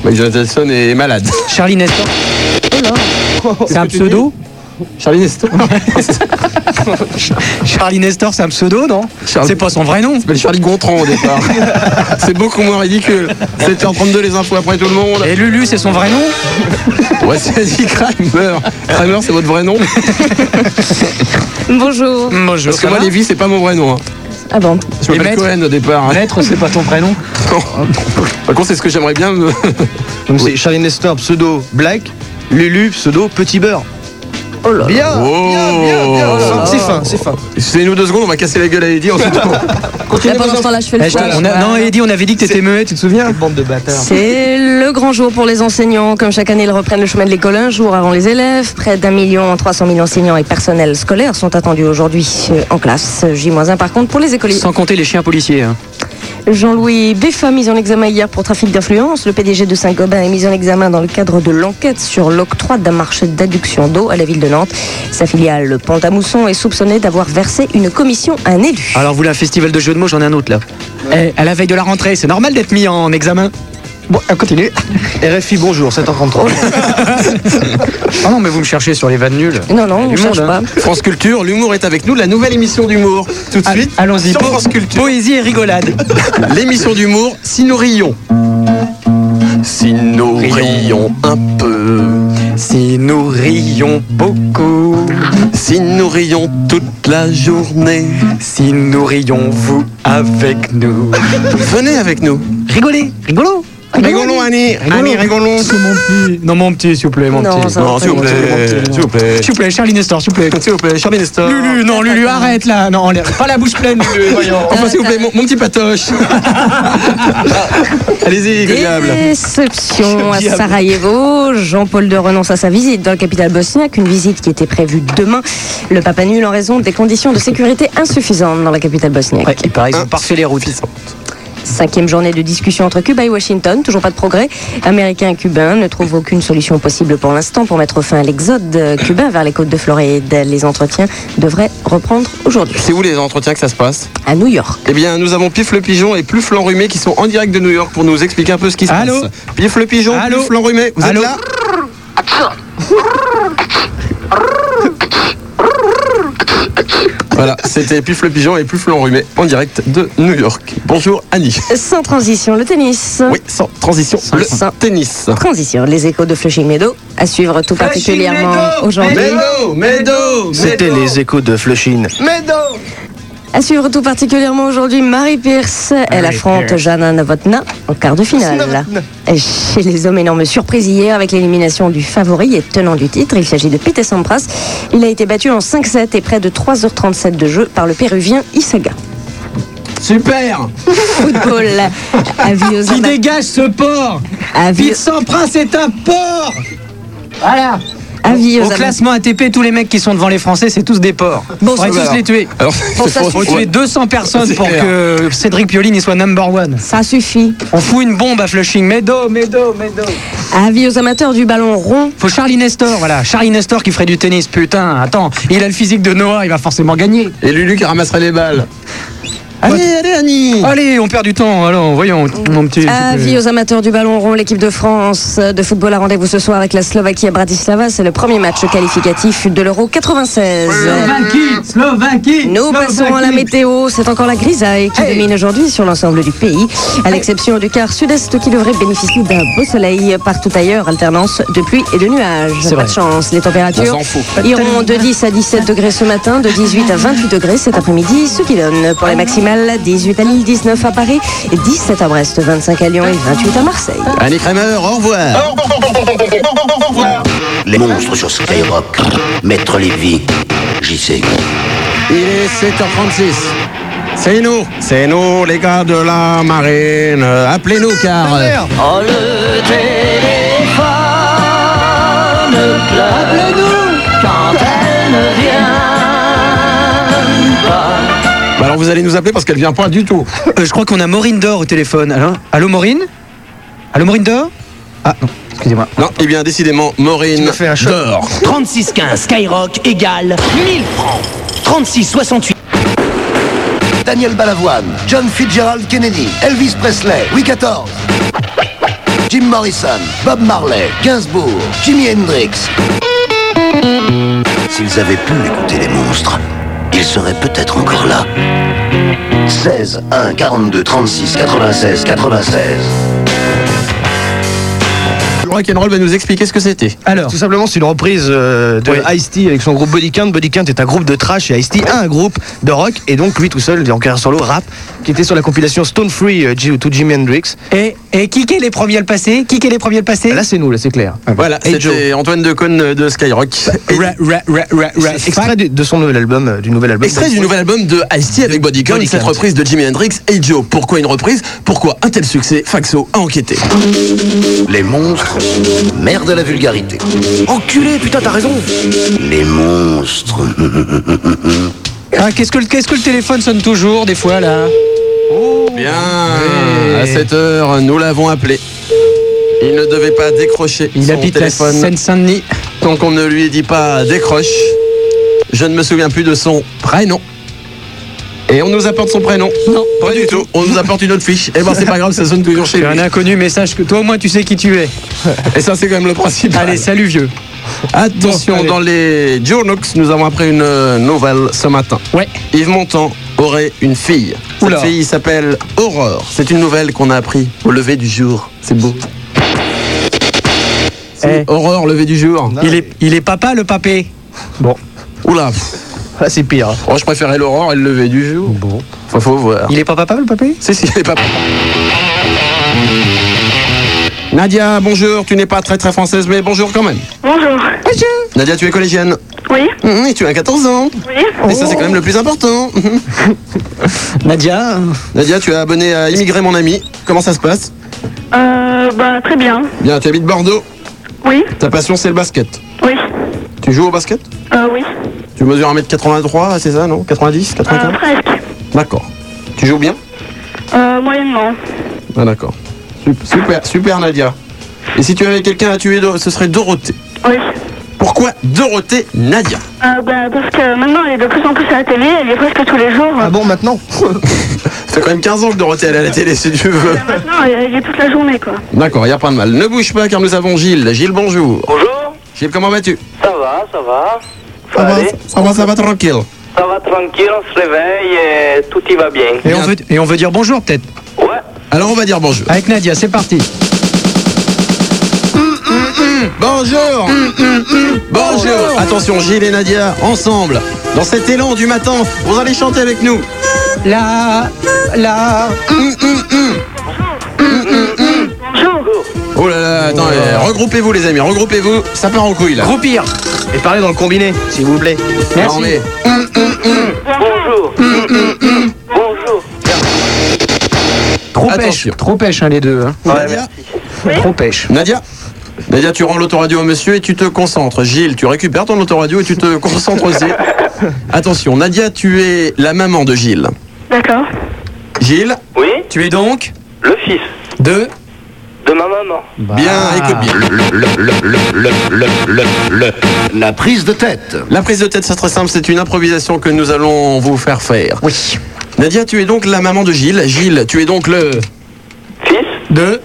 S3: Michael Jackson est malade.
S2: Charlie Nestor.
S11: Oh
S2: C'est un pseudo
S3: Charlie Nestor
S2: Charlie Nestor, c'est un pseudo, non
S3: Charlie-
S2: C'est pas son vrai nom.
S3: Mais Charlie Gontran au départ. c'est beaucoup moins ridicule. 7h32 les infos après tout le monde.
S2: Et Lulu, c'est son vrai nom
S3: Ouais, c'est Annie Kramer. Kramer, c'est votre vrai nom
S11: bonjour.
S2: Bonjour.
S3: Parce que moi, Lévi, c'est pas mon vrai nom. hein.
S11: Ah bon
S3: Je
S2: Et
S3: m'appelle
S2: maître
S3: Cohen au départ. hein.
S2: Maître, c'est pas ton prénom
S3: Par contre, c'est ce que j'aimerais bien me.
S1: Donc c'est Charlie Nestor, pseudo Black. Lulu, pseudo Petit Beurre. Oh là Bien, bien, bien, bien.
S3: Oh là là.
S1: C'est fin, c'est fin.
S3: C'est nous deux secondes, on va casser la gueule à Eddie ensuite.
S11: Là pendant ce temps-là, je fais le
S2: Eh, je-
S11: fou.
S2: on a- Non, Eddie, on avait dit que t'étais muet, tu te souviens
S1: Bande de bâtards.
S11: C'est le grand jour pour les enseignants. Comme chaque année, ils reprennent le chemin de l'école un jour avant les élèves. Près d'un million trois cent mille enseignants et personnels scolaires sont attendus aujourd'hui euh, en classe. J-1 par contre pour les écoliers.
S2: Sans compter les chiens policiers. hein.
S11: Jean-Louis Beffa, mis en examen hier pour trafic d'influence. Le PDG de Saint-Gobain est mis en examen dans le cadre de l'enquête sur l'octroi d'un marché d'adduction d'eau à la ville de Nantes. Sa filiale, le Pont-à-Mousson, est soupçonnée d'avoir versé une commission à un élu.
S2: Alors, vous, la festival de jeux de mots, j'en ai un autre là. Eh, à la veille de la rentrée, c'est normal d'être mis en examen Bon, on continue.
S1: RFI, bonjour, 7h33.
S2: Ah Oh, non, mais vous me cherchez sur les vannes nulles.
S11: Non, non, on
S2: du
S11: ne cherche
S2: monde,
S11: pas.
S2: hein.
S3: France Culture, l'humour est avec nous, la nouvelle émission d'humour. Tout de
S2: Ah,
S3: suite,
S2: Allons-y.
S3: sur
S2: Po-
S3: France Culture.
S2: Poésie et rigolade.
S3: L'émission d'humour, si nous rions. Si nous rions un peu,
S2: si nous rions beaucoup,
S3: si nous rions toute la journée,
S2: si nous rions vous avec nous.
S3: venez avec nous.
S2: Rigolez, rigolo.
S3: Rigolons, Annie. Annie, rigolons.
S2: Ah C'est mon petit. Non, mon petit, s'il vous plaît, mon
S3: Non,
S2: petit.
S3: ça va Non, pas, s'il vous mon plaît, petit, mon petit. s'il vous plaît.
S2: S'il vous plaît, Charlie Nestor, s'il vous plaît.
S3: S'il vous plaît, Charlie Nestor.
S2: Lulu, non, Lulu, arrête là. Non, en l'air. pas la bouche pleine, Lulu, voyons.
S3: Enfin, s'il vous plaît, mon, mon petit patoche. Allez-y, Goyable.
S12: Déception à Sarajevo. Jean-Paul II renonce à sa visite dans la capitale bosniaque, une visite qui était prévue demain. Le pape annule en raison des conditions de sécurité insuffisantes dans la capitale bosniaque.
S2: il paraît qu'ils ont parfait les routes.
S12: Cinquième journée de discussion entre Cuba et Washington, toujours pas de progrès. Américains et Cubains ne trouvent aucune solution possible pour l'instant pour mettre fin à l'exode euh, cubain vers les côtes de Floride. Les entretiens devraient reprendre aujourd'hui.
S3: C'est où les entretiens que ça se passe
S12: À New York.
S3: Eh bien, nous avons Pif le Pigeon et Pluf l'Enrhumé qui sont en direct de New York pour nous expliquer un peu ce qui se
S2: Allô
S3: passe. Pif le Pigeon,
S2: Allô
S3: Pluf l'Enrhumé, vous
S2: Allô
S3: êtes là Voilà, c'était Pif le Pigeon et Pluf l'Enrhumé en direct de New York. Bonjour Annie.
S12: Sans transition, le tennis.
S3: Oui, sans transition, le
S12: Sans-
S3: tennis.
S12: Transition, les échos de Flushing Meadow à suivre tout particulièrement aujourd'hui.
S3: Médo, Médo,
S1: C'était les échos de Flushing.
S12: À suivre tout particulièrement aujourd'hui, Marie Pierce. Elle
S1: Marie
S12: affronte
S1: Pierce.
S12: Jana Novotna en quart de finale. Et Chez les hommes, énorme surprise hier avec l'élimination du favori et tenant du titre. Il s'agit de Pete Sampras. Il a été battu en 5-7 et près de 3h37 de jeu par le Péruvien Isaga. Ah
S3: Super
S12: Football. Avis aux
S2: Qui
S12: amateurs.
S2: dégage ce porc
S12: Avis-
S2: Pete Sampras est un porc Voilà
S12: Avis aux
S2: Au
S12: amateurs.
S2: classement ATP, tous les mecs qui sont devant les Français, c'est tous des porcs.
S12: Bon,
S2: On va
S12: ça,
S2: tous
S12: alors.
S2: les tuer.
S3: Alors,
S12: Bon, ça,
S2: Faut
S12: suffit.
S2: tuer 200 personnes
S3: C'est
S2: pour
S3: clair.
S2: que Cédric Piolini soit number one.
S12: Ça suffit.
S2: On fout une bombe à Flushing. Meadow, Meadow, Meadow.
S12: Avis aux amateurs du ballon rond.
S2: Faut Charlie Nestor, voilà. Charlie Nestor qui ferait du tennis, putain. Attends, il a le physique de Noah, il va forcément gagner.
S3: Et Lulu qui ramasserait les balles. Allez, allez Annie
S2: Allez, on perd du temps. Alors, voyons, mon petit.
S12: Avis aux amateurs du ballon rond, l'équipe de France de football a rendez-vous ce soir avec la Slovaquie à Bratislava. C'est le premier match qualificatif de l'Euro 96.
S2: Slovaquie, Slovaquie.
S12: Nous
S2: Slovaquie.
S12: passons à la météo. C'est encore la grisaille qui domine aujourd'hui sur l'ensemble du pays, à l'exception du quart sud-est qui devrait bénéficier d'un beau soleil. Partout ailleurs, alternance de pluie et de nuages.
S2: C'est
S12: Pas
S2: vrai.
S12: de chance. Les températures
S3: On s'en fout.
S12: iront de 10 à 17 degrés ce matin, de 18 à 28 degrés cet après-midi, ce qui donne pour les maximales 18 à Lille, 19 à Paris, 17 à Brest, 25 à Lyon et 28 à Marseille.
S3: Annie Kramer, au revoir.
S10: Les monstres sur Skyrock. Maître Lévy. JC.
S3: Il est 7h36. C'est nous, c'est nous les gars de la marine. Appelez-nous car... euh, Bah alors vous allez nous appeler parce qu'elle vient pas du tout.
S2: Euh, je crois qu'on a Maureen Dor au téléphone. Allô, Allô Maureen Allô Maureen Dor Ah non, excusez-moi.
S3: Non, eh bien décidément, Maureen
S1: me fais un choc.
S3: dort.
S7: 3615 Skyrock égale 1000 francs. 3668.
S10: Daniel Balavoine. John Fitzgerald Kennedy. Elvis Presley. Louis XIV. Jim Morrison. Bob Marley. Gainsbourg. Jimi Hendrix. S'ils avaient pu écouter les monstres, ils seraient peut-être encore là. 16 1 42 36 96 96
S3: Rock'n'Roll va nous expliquer ce que c'était.
S2: Alors,
S1: Tout simplement, c'est une reprise euh, de
S2: Oui.
S1: Ice-T avec son groupe Body Count. Body Count est un groupe de trash et Ice-T a un groupe de rock. Et donc, lui tout seul, en carrière solo, rap, qui était sur la compilation Stone Free euh, G- to Jimi Hendrix.
S2: et, et qui est les premiers à le passer Qui est les premiers à le passer
S1: Là, c'est nous, là, c'est clair.
S3: Voilà,
S2: Et
S3: c'était Antoine Decaune de Skyrock. Et-
S2: Ra- ra- ra- ra- ra-
S1: C'est Extrait du- de, son nouvel album, euh, du nouvel album.
S3: Extrait du nouvel album de Ice-T avec Body Count,
S1: Body
S3: cette
S1: Count.
S3: reprise de Jimi Hendrix et Joe. Pourquoi une reprise Pourquoi un tel succès Faxo a enquêté.
S10: Les monstres, mère de la vulgarité.
S7: Enculé, putain, t'as raison.
S10: Les monstres.
S2: Ah, qu'est-ce, que, le- qu'est-ce que le téléphone sonne toujours des fois là
S3: Bien
S2: Ouais.
S3: À 7 heure, nous l'avons appelé. Il ne devait pas décrocher
S2: Il
S3: son
S2: habite
S3: téléphone.
S2: la Seine-Saint-Denis.
S3: Tant qu'on ne lui dit pas décroche, je ne me souviens plus de son prénom. Et on nous apporte son prénom Non. Pas du tout. On nous apporte une autre fiche. Et ben c'est pas grave, ça sonne toujours chez
S2: Tu es un
S3: lui.
S2: inconnu, mais sache que toi au moins tu sais qui tu es.
S3: Et ça c'est quand même le principal.
S2: Allez, salut vieux.
S3: Attention,
S2: Bon, allez.
S3: dans les journaux, nous avons appris une euh, nouvelle ce matin.
S2: Ouais.
S3: Yves Montand aurait une fille. Cette
S2: Oula.
S3: fille s'appelle Aurore. C'est une nouvelle qu'on a appris au lever du jour. C'est beau. Si,
S2: Eh.
S3: Aurore, lever du jour.
S1: Ah
S2: Il est, il est papa le papé
S3: Oula,
S1: Là,
S2: Ah,
S1: c'est pire.
S3: oh, je préférais l'aurore et le lever du jour. Bon. Enfin, faut voir.
S2: Il est pas papa le papé
S3: Si, si, elle est pas. Nadia, bonjour. Tu n'es pas très très française, mais bonjour quand même.
S4: Bonjour. Bonjour.
S3: Nadia, tu es collégienne
S4: Oui.
S3: Mhm, Et tu as 14 ans
S4: Oui.
S3: Et ça, c'est quand même le plus important. Nadia Nadia, tu es abonnée à Immigrer mon ami. Comment ça se passe
S4: Euh, bah, très bien.
S3: Bien, tu habites Bordeaux
S4: Oui.
S3: Ta passion, c'est le basket
S4: Oui.
S3: Tu joues au basket
S4: Euh, oui.
S3: Tu mesures 1m83, c'est ça, non 90
S4: Euh,
S3: 95
S4: presque.
S3: D'accord. Tu joues bien
S4: Euh, moyennement.
S3: Ah, d'accord. Sup- Super, super, Nadia. Et si tu avais quelqu'un à tuer, Do- ce serait Dorothée.
S4: Oui.
S3: Pourquoi Dorothée Nadia
S4: Euh, bah, parce que maintenant, elle est de plus en plus à la télé, elle y est presque tous les jours. Ah
S1: bon, maintenant
S3: Ça fait quand même 15 ans que Dorothée elle est à la télé, si tu veux.
S4: Maintenant, elle y est toute la journée, quoi.
S3: D'accord, il n'y a pas de mal. Ne bouge pas car nous avons Gilles. Gilles, bonjour.
S11: Bonjour.
S3: Gilles, comment vas-tu
S11: Ça va, ça va.
S3: ça va, ça va, ça va tranquille.
S11: Ça va tranquille, on se réveille et tout y va bien.
S2: Et on, veut, et on veut dire bonjour peut-être
S3: Alors on va dire bonjour.
S2: Avec Nadia, c'est parti.
S3: Bonjour Mm, Bonjour Attention, Gilles et Nadia, ensemble, dans cet élan du matin, vous allez chanter avec nous.
S2: La, la.
S4: Bonjour.
S3: Oh là là, attends, eh, regroupez-vous les amis, regroupez-vous, ça part en couille là.
S2: Groupir
S1: Et parlez dans le combiné, s'il vous plaît.
S3: Merci. Non, mais-
S4: Bonjour.
S2: Trop pêche, trop pêche hein, les deux. hein.
S3: Nadia
S2: Trop pêche.
S3: Nadia Nadia, tu rends l'autoradio à monsieur et tu te concentres. Gilles, tu récupères ton autoradio et tu te concentres aussi. Attention, Nadia, tu es la maman de Gilles.
S4: D'accord.
S3: Gilles
S11: Oui
S2: Tu es donc
S11: Le fils
S2: de
S11: de ma maman.
S2: Bah.
S3: Bien, écoute bien.
S10: La prise de tête.
S3: La prise de tête, c'est très simple, c'est une improvisation que nous allons vous faire faire.
S2: Oui.
S3: Nadia, tu es donc la maman de Gilles. Gilles, tu es donc le.
S11: Fils
S3: De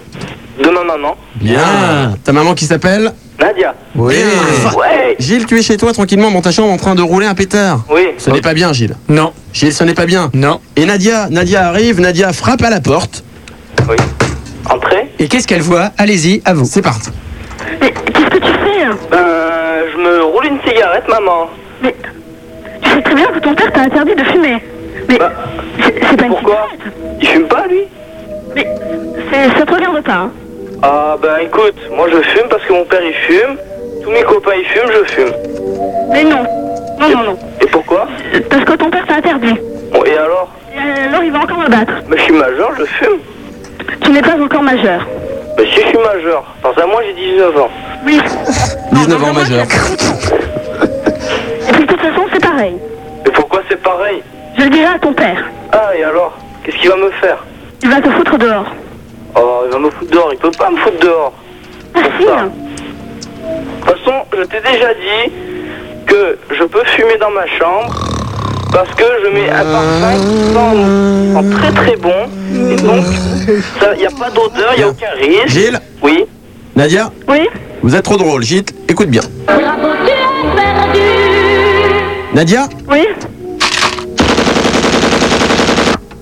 S11: de ma maman.
S3: Bien. Ta maman qui s'appelle
S11: Nadia.
S3: Oui.
S11: Ouais.
S3: Gilles, tu es chez toi tranquillement dans ta chambre en train de rouler un pétard.
S11: Oui.
S3: Ce n'est pas bien, Gilles.
S2: Oh. Non.
S3: Gilles, ce n'est pas bien.
S2: Non.
S3: Et Nadia, Nadia arrive, Nadia frappe à la porte.
S11: Oui. Entrez.
S2: Et qu'est-ce qu'elle voit Allez-y, à vous.
S3: C'est parti.
S4: Mais qu'est-ce que tu fais hein
S11: Ben, je me roule une cigarette, maman.
S4: Mais tu sais très bien que ton père t'a interdit de fumer. Mais c'est c'est pas une
S11: Bah, Pourquoi Il fume pas, lui
S4: Mais c'est- ça te regarde pas. hein.
S11: Ah, ben écoute, moi je fume parce que mon père il fume. Tous mes copains ils fument, je fume.
S4: Mais non. Non, non, non.
S11: Et pourquoi
S4: Parce que ton père t'a interdit.
S11: Bon, et alors
S4: Et alors il va encore me battre.
S11: Mais je suis majeur, je fume.
S4: Tu n'es pas encore majeur.
S11: Ben si je suis majeur, dans un mois j'ai 19 ans.
S4: Oui.
S3: 19 ans majeur.
S4: Et puis de toute façon, c'est pareil.
S11: Mais pourquoi c'est pareil
S4: Je le dirai à ton père.
S11: Ah, et alors Qu'est-ce qu'il va me faire
S4: Il va te foutre dehors.
S11: Oh, il va me foutre dehors, il peut pas me foutre dehors.
S4: Ah si hein.
S11: De toute façon, je t'ai déjà dit que je peux fumer dans ma chambre parce que je mets un parfum qui sent- sent très très bon. Et donc, il n'y a pas d'odeur, il n'y a aucun risque.
S3: Gilles
S11: Oui.
S3: Nadia
S4: Oui.
S3: Vous êtes trop drôle, Gilles. Écoute bien. Nadia
S4: Oui.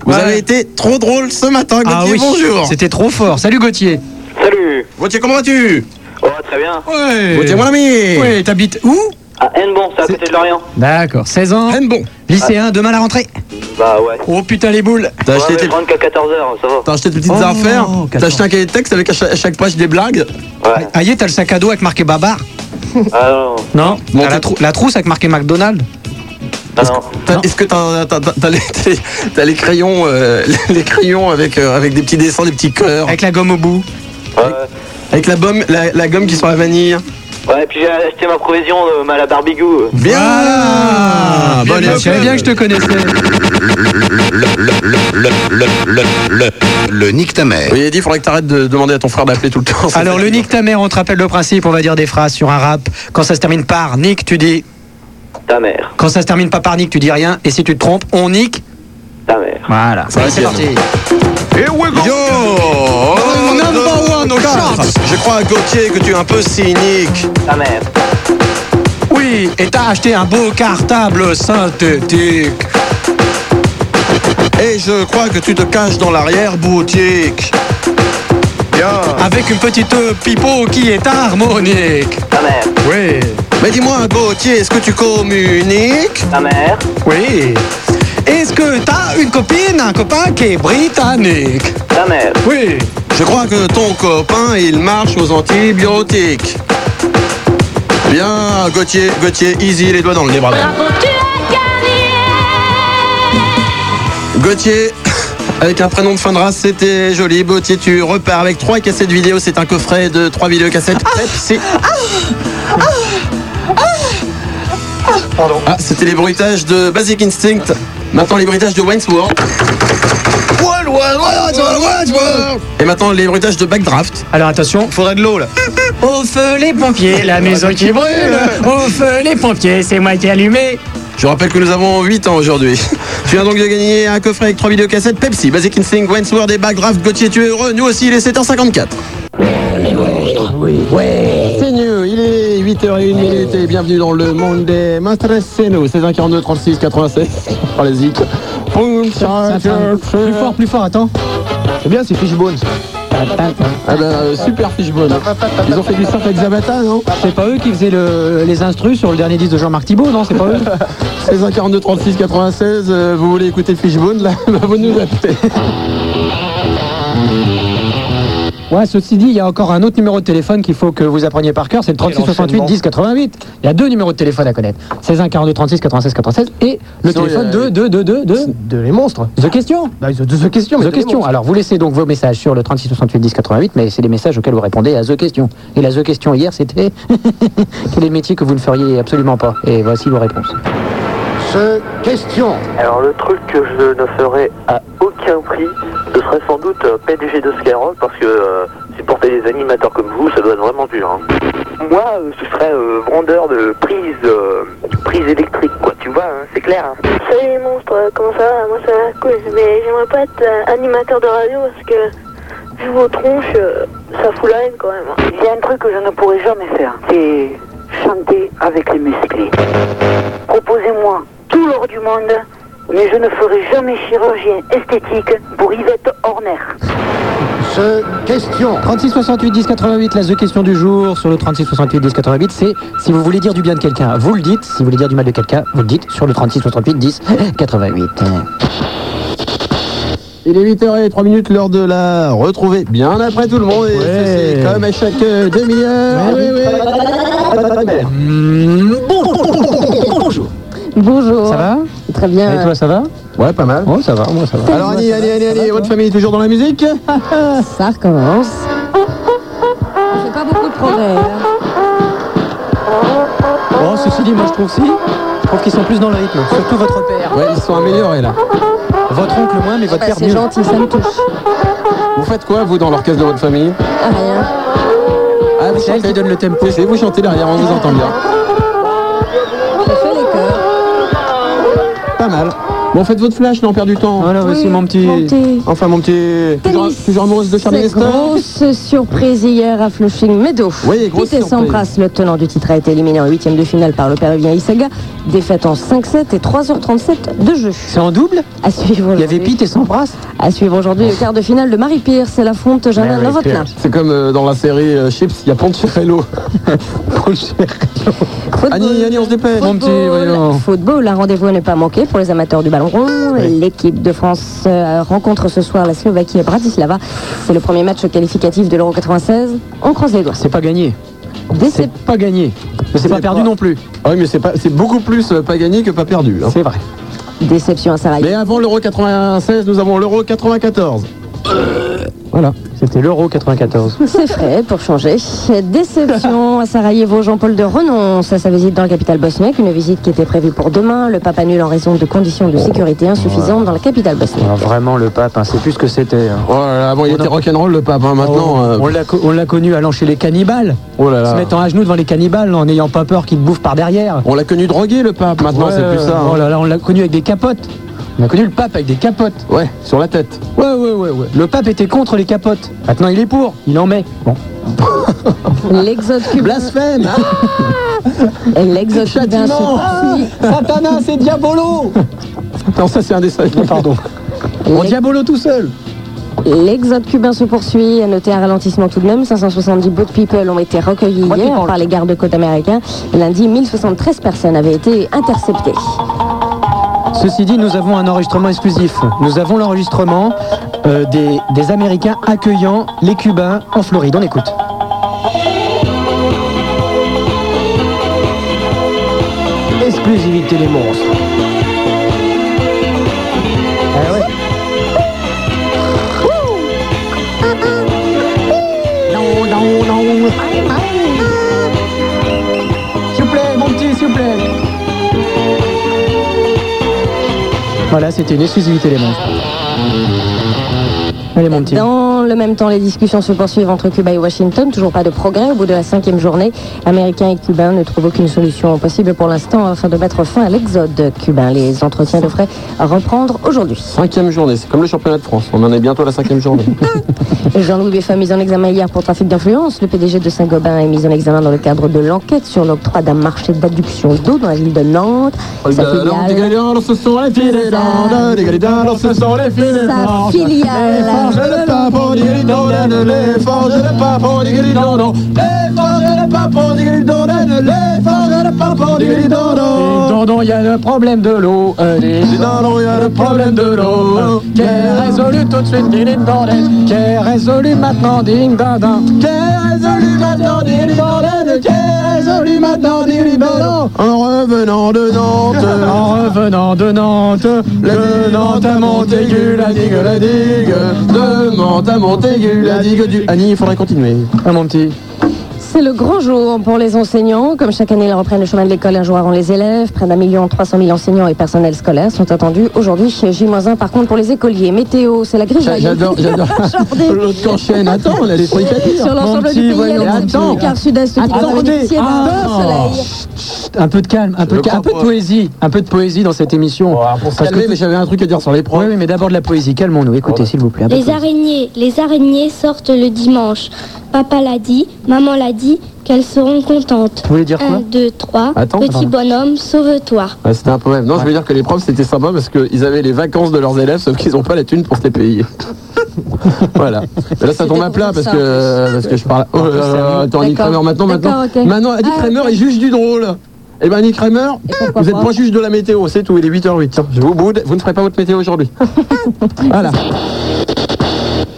S3: Vous avez été trop drôle ce matin, Gauthier.
S2: Ah oui,
S3: Bonjour.
S2: C'était trop fort. Salut Gauthier.
S11: Salut
S3: Gauthier, comment vas-tu
S11: Oh, très bien.
S2: Ouais.
S3: Gauthier, mon ami
S2: Ouais, t'habites où
S11: Ah, N-bon, c'est à côté de Lorient.
S2: Ah, D'accord, 16 ans.
S3: bon.
S2: Lycéen, demain la rentrée.
S11: Bah ouais.
S2: Oh putain les boules.
S3: T'as
S11: Ouais,
S3: acheté,
S11: mais
S3: tes...
S11: je rentre qu'à 14h, ça va.
S3: t'as acheté tes petites
S2: Oh,
S3: affaires T'as
S2: 14.
S3: acheté un cahier de texte avec à cha- à chaque page des blagues
S11: Ouais.
S2: Aïe, Ah, t'as le sac à dos avec marqué Babar
S11: Ah non,
S2: Non.
S3: Bon,
S2: T'as la,
S3: t'es-
S2: trou- la trousse avec marqué McDonald's
S11: ah, non.
S3: T'as- Est-ce que t'as, t'as- t'as- t'as les, t'as les- t'as les crayons, euh, les crayons avec, euh, avec des petits dessins, des petits cœurs,
S2: Avec la gomme au bout.
S11: Ouais.
S3: avec la, bombe, la, la gomme qui sent la vanille
S11: Ouais, et puis euh, j'ai acheté ma provision de euh, ma la barbigou.
S3: Bien
S2: Ah,
S3: Bon, allez,
S2: bien,
S3: hop,
S2: je savais
S3: hop.
S2: bien que je te connaissais.
S10: Le nique ta mère.
S3: Oui, Eddie, faudrait que t'arrêtes de demander à ton frère d'appeler tout le temps. ça
S2: Alors,
S3: fait-
S2: le nique ta mère, on te rappelle le principe, on va dire des phrases sur un rap. Quand ça se termine par nique, tu dis.
S11: Ta mère,
S2: Quand ça se termine pas par nique, tu dis rien. Et si tu te trompes, on nique.
S11: ta mère.
S2: Voilà.
S3: Ça va,
S2: Allez, c'est
S3: bien.
S2: parti.
S3: Yo Number one au chart. Je crois, Gauthier, que tu es un peu cynique.
S11: Ta mère,
S2: Oui, et t'as acheté un beau cartable synthétique.
S3: Et je crois que tu te caches dans l'arrière-boutique.
S2: Avec une petite euh, pipeau qui est harmonique.
S11: ta mère,
S2: Oui.
S3: Mais dis-moi, Gauthier, est-ce que tu communiques
S11: ta mère,
S2: Oui. Est-ce que t'as une copine, un copain qui est britannique
S11: ta mère,
S2: Oui.
S3: Je crois que ton copain, il marche aux antibiotiques. Bien, Gauthier, Gauthier, easy, les doigts dans le nez, bravo. Gauthier, avec un prénom de fin de race, c'était joli. Gauthier, tu repars avec trois cassettes vidéo. C'est un coffret de trois vidéocassettes Pepsi. Pardon. Ah, c'était les bruitages de Basic Instinct. Maintenant, les bruitages de Wainsworth. Et maintenant, les bruitages de Backdraft.
S2: Alors attention, Ah, bah,
S1: faudrait de l'eau là.
S13: Au feu les pompiers, la maison qui brûle. Au feu les pompiers, c'est moi qui ai allumé.
S3: Je rappelle que nous avons 8 ans aujourd'hui. Tu viens donc de gagner un coffret avec 3 vidéocassettes Pepsi, Basic Instinct, Wainsworth et Backdraft. Gauthier, tu es heureux. Nous aussi, il est 7h54.
S14: Ouais.
S3: C'est mieux, il est 8h01 minute et bienvenue dans le monde des Mastres Seno. 16 1 42 36 96 par les zik.
S8: Plus fort, plus fort, attends.
S3: C'est bien, c'est Fishbone. Ah ben, super Fishbone. Ils ont fait du surf avec Zabata, non
S2: C'est pas eux qui faisaient le- les instrus sur le dernier disque de Jean-Marc Thibault, non C'est pas eux
S3: 16 1 42 36 96, euh, vous voulez écouter Fishbone là Bah, Vous nous appelez.
S2: Ouais, ceci dit, il y a encore un autre numéro de téléphone qu'il faut que vous appreniez par cœur, c'est le 36 68 10 88. Il y a deux numéros de téléphone à connaître. 16 1 42 36 96 96 et le
S8: Sinon,
S2: téléphone
S8: il y a-
S2: de, de, de, de, de...
S8: De les monstres.
S2: The Question
S8: Bah, ils ont deux questions. mais
S2: The
S8: de les
S2: Question.
S8: monstres.
S2: Alors, vous laissez donc vos messages sur le 36 68 10 88, mais c'est des messages auxquels vous répondez à The Question. Et la The Question hier, c'était quel est le métier que vous ne feriez absolument pas Et voici vos réponses.
S10: Ce question.
S6: Alors le truc que je ne ferai à aucun prix, ce serait sans doute euh, PDG de Skyrock parce que euh, supporter des animateurs comme vous, ça doit être vraiment dur. hein. Moi, euh, ce serait euh, vendeur de prises, euh, prises électriques, quoi. Tu vois, hein, c'est clair. hein.
S12: Salut les monstres, euh, comment ça va Moi ça va cool, mais j'aimerais pas être euh, animateur de radio parce que vu vos tronches, euh, ça fout la haine quand même. hein.
S4: Il y a un truc que je ne pourrais jamais faire, c'est chanter avec les musclés. Proposez-moi tout l'or du monde, mais je ne ferai jamais chirurgien esthétique pour Yvette Horner.
S2: Ce question. 36 68 10 88, la The question du jour sur le 36 68 10 88, c'est si vous voulez dire du bien de quelqu'un, vous le dites. Si vous voulez dire du mal de quelqu'un, vous le dites sur le 36 68 10 88.
S3: Il est 8h03 minutes, l'heure de la retrouver bien après tout le monde. Et ceci, comme à chaque euh, demi-heure. Oui, oui.
S14: Bonjour.
S12: Bonjour.
S2: Ça va
S12: Très bien.
S2: Et toi, ça va
S3: Ouais, pas mal.
S2: Oh, ça va, moi, ça va.
S3: Alors Annie, Annie, Annie, Annie, votre famille est toujours dans la musique
S12: Ça recommence. Je fais pas beaucoup de progrès. hein.
S3: Oh,
S2: Bon, ceci dit, moi je trouve si. Je trouve qu'ils sont plus dans le rythme, surtout votre père.
S3: Ouais, ils sont améliorés là.
S2: Votre oncle moins, mais votre père
S12: c'est
S2: mieux.
S12: gentil, ça me touche.
S3: Vous faites quoi, vous, dans l'orchestre de votre famille
S12: Ah, rien.
S3: Ah, vous chantez, donne le tempo. C'est vous chantez derrière, on vous entend bien.
S12: Je fais les chœurs.
S3: Pas mal. Bon, faites votre flash, non, on perd du temps.
S2: Voilà,
S12: voici Oui, mon petit- mon petit.
S3: Enfin, mon petit. Toujours, toujours amoureuse de Charlie
S12: Cette
S3: Nestor
S12: grosse surprise hier à Flushing Meadows.
S3: Oui, grosse
S12: Pete
S3: surprise.
S12: Sampras, le tenant du titre, a été éliminé en huitième de finale par le Péruvien Isaga. Défaite en 5-7 et 3h37 de jeu.
S2: C'est en double
S12: À suivre
S2: Il y avait
S12: aujourd'hui.
S2: Pete et Sampras
S12: À suivre aujourd'hui le quart de finale de Marie Pierre. C'est l'affronte Jeanne Novotna.
S3: C'est comme euh, dans la série euh, Chips, il y a Poncherello. Poncherello. Annie, Annie, on se dépêche.
S12: Football, football, un rendez-vous à ne pas manquer pour les amateurs du ballon rond. L'équipe de France euh, rencontre ce soir la Slovaquie à Bratislava. C'est le premier match qualificatif de l'Euro 96. On croise les doigts.
S2: C'est pas gagné.
S12: Décep-
S2: Pas gagné. Mais c'est pas perdu non plus.
S3: Ah oui, mais c'est pas- c'est beaucoup plus euh, pas gagné que pas perdu. hein.
S2: C'est vrai.
S12: Déception à Sarajevo.
S3: Mais avant l'Euro 96, nous avons l'Euro 94.
S2: Voilà. C'était l'Euro 94.
S12: C'est frais pour changer. Déception à Sarajevo, Jean-Paul de renonce à sa visite dans la capitale bosniaque, une visite qui était prévue pour demain. Le pape annule en raison de conditions de sécurité insuffisantes dans la capitale bosniaque.
S2: Alors vraiment, le pape, hein, c'est plus ce que c'était. hein.
S3: Oh là là, avant il
S2: On
S3: était
S2: a-
S3: rock'n'roll le pape, hein, maintenant. euh,
S2: On l'a co- on l'a connu allant chez les cannibales.
S3: Oh là là.
S2: Se mettant à genoux devant les cannibales en n'ayant pas peur qu'ils te bouffent par derrière.
S3: On l'a connu drogué le pape, maintenant
S2: Ouais,
S3: c'est plus ça. hein.
S2: Oh là là, on l'a connu avec des capotes. On a connu le pape avec des capotes.
S3: Ouais, sur la tête.
S2: Ouais, ouais, ouais, ouais. Le pape était contre les capotes. Maintenant, il est pour. Il en met. Bon.
S12: L'exode cubain,
S3: Blasphème
S12: l'exode cubain se
S3: Châtiment
S12: poursuit.
S2: Satanas, c'est Diabolo
S3: Non, ça c'est un dessin. Pardon.
S2: On Diabolo tout seul
S12: L'exode cubain se poursuit, à noter un ralentissement tout de même. 570 boat people ont été recueillis
S2: Trois
S12: hier
S2: people.
S12: par les gardes-côtes américains. Lundi, 1073 personnes avaient été interceptées.
S2: Ce Ceci dit, nous avons un enregistrement exclusif. Nous avons l'enregistrement euh, des, des Américains accueillant les Cubains en Floride. On écoute.
S15: Exclusivité les monstres. Ah ouais.
S13: Non, non, non. S'il vous plaît, mon petit, s'il vous plaît.
S2: Voilà, c'était une exclusivité les monstres. Allez mon petit.
S12: Dans le même temps, les discussions se poursuivent entre Cuba et Washington. Toujours pas de progrès. Au bout de la cinquième journée, Américains et Cubains ne trouvent aucune solution possible pour l'instant afin de mettre fin à l'exode cubain. Les entretiens devraient reprendre aujourd'hui.
S3: Cinquième journée, c'est comme le championnat de France. On en est bientôt à la cinquième journée.
S12: Jean-Louis Beffin mis en examen hier pour trafic d'influence. Le PDG de Saint-Gobain est mis en examen dans le cadre de l'enquête sur l'octroi d'un marché d'adduction d'eau dans la ville de Nantes.
S3: Oh,
S12: Sa filiale-
S3: Ce sont les filets d'Inde, les gars, ce sont les filets
S12: Sa
S3: d'Inde.
S12: filiale.
S3: Les forges de papon, digridon, d'Inde, les forges de papon, digridon, d'Inde, les forges de papon, digridon, d'Inde, les forges de papon, digridon, d'Inde.
S13: Dondon, il y a le problème de l'eau. euh, des-
S3: Dindon, il y a le problème de l'eau.
S13: Qui est résolu tout de suite, il est dans l'aide. Qui est résolu maintenant, ding dindin. Qui est résolu maintenant, ding dans l'aide. Qui est résolu maintenant, ding dindin.
S3: En revenant de Nantes,
S13: En revenant de Nantes,
S3: le Nantes à Montaigu, la digue, la digue, de Nantes à Montaigu, la digue du Annie, il faudrait continuer.
S2: Ah mon petit.
S12: C'est le grand jour pour les enseignants. Comme chaque année, ils reprennent le chemin de l'école un jour avant les élèves. Près d'un million trois cent mille enseignants et personnels scolaires sont attendus aujourd'hui chez J-1. Par contre, pour les écoliers, météo, c'est la grille.
S3: J'a- J'adore, j'adore. L'autre qu'enchaîne, attends, on a des trucs à dire.
S12: Sur l'ensemble du pays,
S3: voyons.
S12: avec
S3: Attends.
S12: le quart sud-est qui
S3: Attendez.
S12: va bénéficier d'un
S3: Ah.
S12: beau soleil.
S2: Un peu de calme, un peu, de,
S3: Je
S2: ca- un peu de
S3: crois pas.
S2: poésie, un peu de poésie dans cette émission. Parce
S3: calmer, mais
S2: j'avais un truc à dire sur les Oui, oui, mais d'abord de la poésie. Calmons-nous. Écoutez, s'il vous plaît. un peu de
S16: Les
S2: poésie.
S16: araignées, les araignées sortent le dimanche. Papa l'a dit, maman l'a dit, qu'elles seront contentes.
S3: Vous voulez dire quoi
S16: 1, 2, 3,
S3: Attends,
S16: petit
S3: pardon.
S16: bonhomme, sauve-toi.
S3: Ah, c'était un poème. Non, je veux dire que les profs, c'était sympa parce qu'ils avaient les vacances de leurs élèves, sauf qu'ils n'ont pas la thune pour se les payer. voilà. Mais là, ça tombe à plat parce que, parce que je parle. Oh là là, attends, Annie
S12: D'accord.
S3: Kramer, maintenant, maintenant.
S12: D'accord, ok.
S3: Maintenant, Annie
S12: Ah,
S3: Kramer est juge du drôle. Eh ben, Annie Kramer, vous n'êtes pas juge de la météo, c'est tout. Il est 8h08. Tiens, je vous boude, vous ne ferez pas votre météo aujourd'hui. voilà.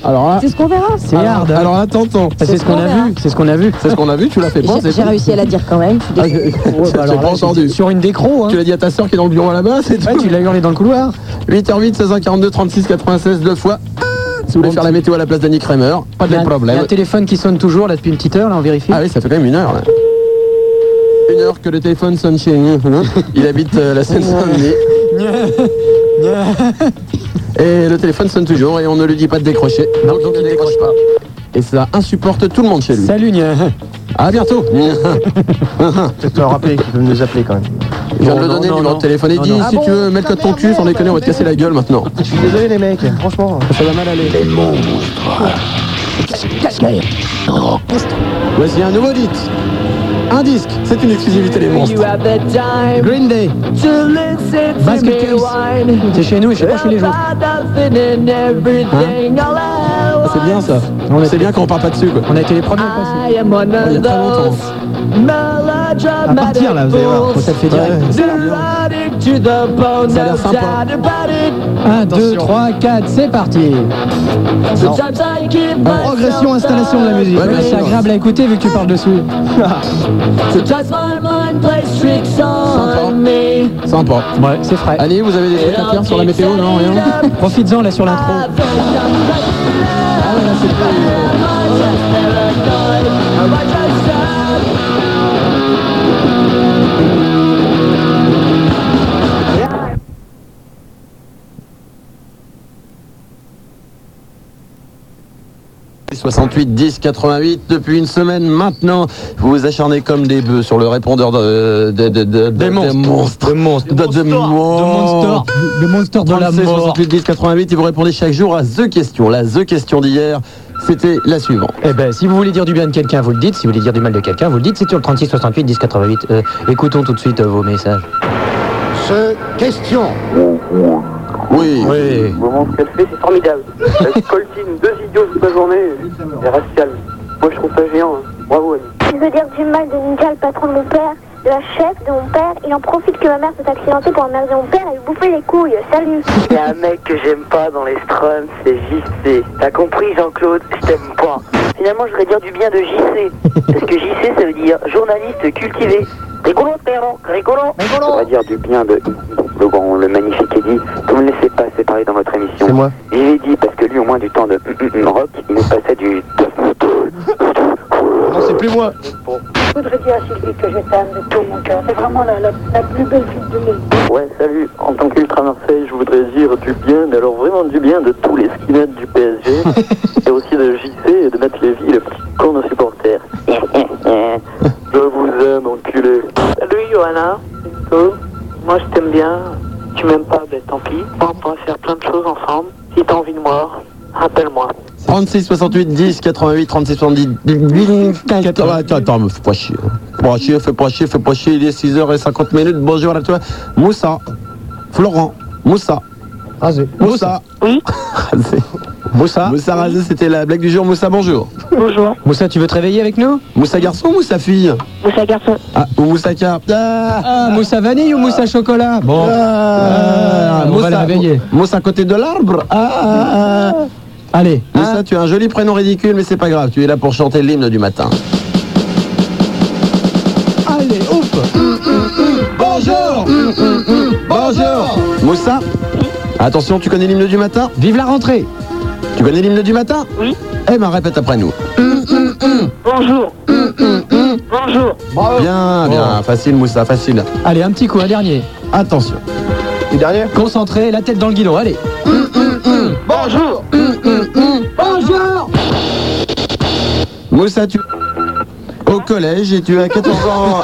S3: Alors là.
S12: C'est ce qu'on verra.
S3: alors- Alors attends, attends.
S12: C'est C'est ce ce qu'on qu'on a verra. vu,
S3: c'est ce qu'on a vu. C'est ce qu'on a vu, tu l'as fait pas,
S12: J'ai-
S3: c'est
S12: J'ai
S3: tout.
S12: réussi à la dire quand même. je suis
S3: Ah,
S12: désolée.
S3: je-
S2: bah
S3: J'ai
S2: alors
S3: pas
S2: là,
S3: entendu.
S2: c'est sur une décro.
S12: oh.
S2: hein.
S3: Tu l'as dit à ta soeur qui est dans le bureau là-bas, c'est tout.
S2: tu l'as hurlé dans le couloir.
S3: 8h08, 16h42, 36, 96, deux fois. Si vous voulez faire la météo à la place d'Annie Kramer, Ah, pas
S2: Il y
S3: de
S2: a un- Il y a
S3: problème.
S2: un téléphone qui sonne toujours là depuis une petite heure, là on vérifie.
S3: Ah oui, ça fait quand même une heure. Là. Une heure que le téléphone sonne chez nous. Il habite euh, la Seine-Saint-Denis. Et le téléphone sonne toujours et on ne lui dit pas de décrocher. Donc il ne décroche pas. Et ça insupporte tout le monde chez lui.
S2: Salut Nia.
S3: À bientôt.
S15: Peut-être te rappeler qu'ils peuvent nous appeler quand même.
S3: Je viens de
S15: Non,
S3: le
S15: non,
S3: donner, le
S15: non,
S3: numéro de
S15: non.
S3: téléphone. Et
S15: Non,
S3: dis,
S15: non.
S3: si
S15: Ah bon
S3: tu veux mettre le code ton cul, sans déconner, on va te casser la gueule maintenant.
S15: Je suis désolé les mecs, franchement.
S2: Ça va mal aller.
S15: Les monstres.
S3: Voici un nouveau dit. Un disque, c'est une exclusivité les monstres.
S2: Green Day. Basket Case. C'est chez nous et je sais pas chez les gens.
S3: Ah, c'est bien ça. C'est bien quand on parle pas dessus quoi.
S2: On a été les premiers à
S3: passer. Il y a très longtemps.
S2: À partir là, vous allez voir, ça te fait direct.
S3: Ça a l'air sympa.
S2: 1, 2, 3, 4, c'est parti. Progression, installation de la musique.
S3: Ouais, bien
S2: c'est
S3: sûr.
S2: agréable à écouter vu que tu parles dessus.
S3: Sympa.
S2: Ouais, c'est frais.
S3: Allez, vous avez des trucs à faire sur la météo Non, rien
S2: Profites-en là sur l'intro.
S4: Ah
S3: Les 68 10 88 depuis une semaine maintenant vous vous acharnez comme des bœufs sur le répondeur de, de, de, de- de- des monstres de monstres de, de monstres
S2: Le monster de la
S3: 36,
S2: mort.
S3: 68 10 88 et vous répondez chaque jour à The Question la The Question d'hier c'était la suivante
S2: Eh ben, si vous voulez dire du bien de quelqu'un, vous le dites. Si vous voulez dire du mal de quelqu'un, vous le dites. C'est sur le 36 68 10 88. Euh, écoutons tout de suite euh, vos messages.
S10: Ce question.
S3: Oui.
S2: Oui.
S9: Vraiment, ce qu'elle fait, c'est formidable. Elle coltine deux idiots toute la journée et reste calme. Moi, je trouve ça géant. hein. Bravo, Annie.
S17: Il veut dire du mal de Ninja, le patron de mon père.
S12: la chef de mon père, il en profite que ma mère s'est accidentée pour emmerder mon père et lui bouffer les couilles. Salut
S4: Il y a un mec que j'aime pas dans les Strums, c'est JC. T'as compris, Jean-Claude Je t'aime pas. Finalement, je voudrais dire du bien de JC. Parce que JC, ça veut dire journaliste cultivé. Rigolo, Perron, rigolo, rigolo.
S18: On va dire du bien de le grand, le magnifique Eddy. Que vous ne laissez pas séparer dans votre émission.
S1: C'est moi.
S18: Il est dit parce que lui, au moins du temps de mm, mm, mm, rock, il nous passait du.
S1: Non, c'est plus moi.
S19: Je voudrais dire à Sylvie que je t'aime de tout mon cœur. C'est vraiment la, la, la plus belle fille du monde.
S18: Ouais, salut. En tant qu'ultra Marseille, je voudrais dire du bien, mais alors vraiment du bien de tous les skinheads du PSG, et aussi de JC et de Matt Lévy, le petit con de supporter. je vous aime, enculé.
S20: Salut Johanna, Nico. moi je t'aime bien, tu m'aimes pas, ben tant pis. On pourra faire plein de choses ensemble. Si t'as envie de moi, rappelle-moi.
S3: 36 68 10 88 36 70 80 attends, attends, me fais pas chier. Fais pas chier, fais pas chier, fais pas chier, il est 6h50 minutes. Bonjour à toi. Moussa. Florent. Moussa. Moussa.
S20: Oui.
S3: Razé.
S11: Moussa.
S3: Moussa Razé, c'était la blague du jour. Moussa, bonjour.
S20: Bonjour,
S11: Moussa, tu veux te réveiller avec nous
S3: Moussa garçon ou Moussa fille
S20: Moussa Garçon.
S3: Ah, ou Moussa Cap
S11: Ah, Moussa vanille ou Moussa chocolat Bon. Ah, on va le réveiller.
S3: Moussa à côté de l'arbre Ah, ah, ah.
S11: Allez.
S3: Moussa, tu as un joli prénom ridicule, mais c'est pas grave. Tu es là pour chanter l'hymne du matin.
S21: Allez, ouf Bonjour Bonjour
S3: Moussa Attention, tu connais l'hymne du matin
S11: Vive la rentrée
S3: Tu connais l'hymne du matin
S20: Oui.
S3: Eh ben, répète après nous.
S20: Bonjour. Bonjour.
S3: Bien, bien. Facile, Moussa, facile.
S11: Oh. Allez, un petit coup, un dernier.
S3: Attention. Et dernier
S11: Concentré, la tête dans le guidon, allez.
S21: Bonjour Bonjour
S3: Moussa, tu au collège et tu as 14 ans.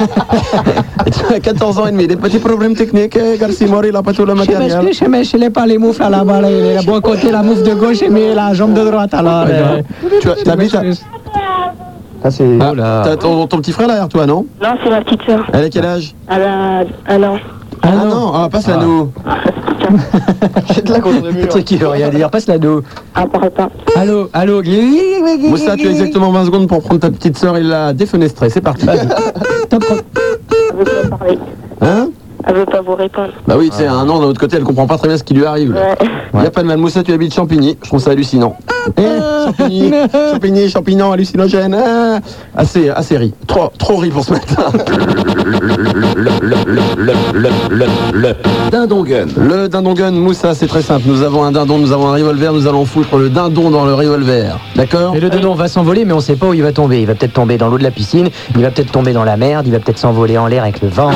S3: et tu as 14 ans et demi. Des petits problèmes techniques. eh, Garcimore, il n'a pas tout le
S11: Je
S3: matériel.
S11: m'excuse, mais je n'ai pas les moufles à la balle. Le bon côté, la moufle de gauche et mais la jambe de droite, alors. euh,
S3: Tu as- t'habites à-
S1: Ah, c'est.
S3: Ah, T'as ton, ton petit frère derrière toi, non
S20: Non, c'est ma petite soeur.
S3: Elle a quel
S11: Ah.
S3: âge
S20: Elle a un an.
S3: Ah, non, ah, passe-la nous.
S1: C'est de là qu'on
S11: Le truc qui veut rien dire, passe la dos.
S20: Elle parle pas.
S11: Allô, allô.
S3: Moussa, tu as exactement 20 secondes pour prendre ta petite sœur et la défenestrer. C'est parti.
S20: Elle veut pas parler.
S3: Hein
S20: Elle veut pas vous répondre.
S3: Bah oui, tu sais, à un an de l'autre côté, elle comprend pas très bien ce qui lui arrive.
S20: Ouais.
S3: Il Y a pas de mal. Moussa, tu habites Champigny. Je trouve ça hallucinant. Eh, Champigny, Champigny, champignon, hallucinogène. Ah, assez, assez ri. Trop, trop ri pour ce matin.
S22: Dindon gun.
S3: Le dindon gun, Moussa, c'est très simple. Nous avons un dindon, nous avons un revolver, nous allons foutre le dindon dans le revolver. D'accord
S11: Et le dindon va s'envoler, mais on sait pas où il va tomber. Il va peut-être tomber dans l'eau de la piscine, il va peut-être tomber dans la merde, il va peut-être s'envoler en l'air avec le vent,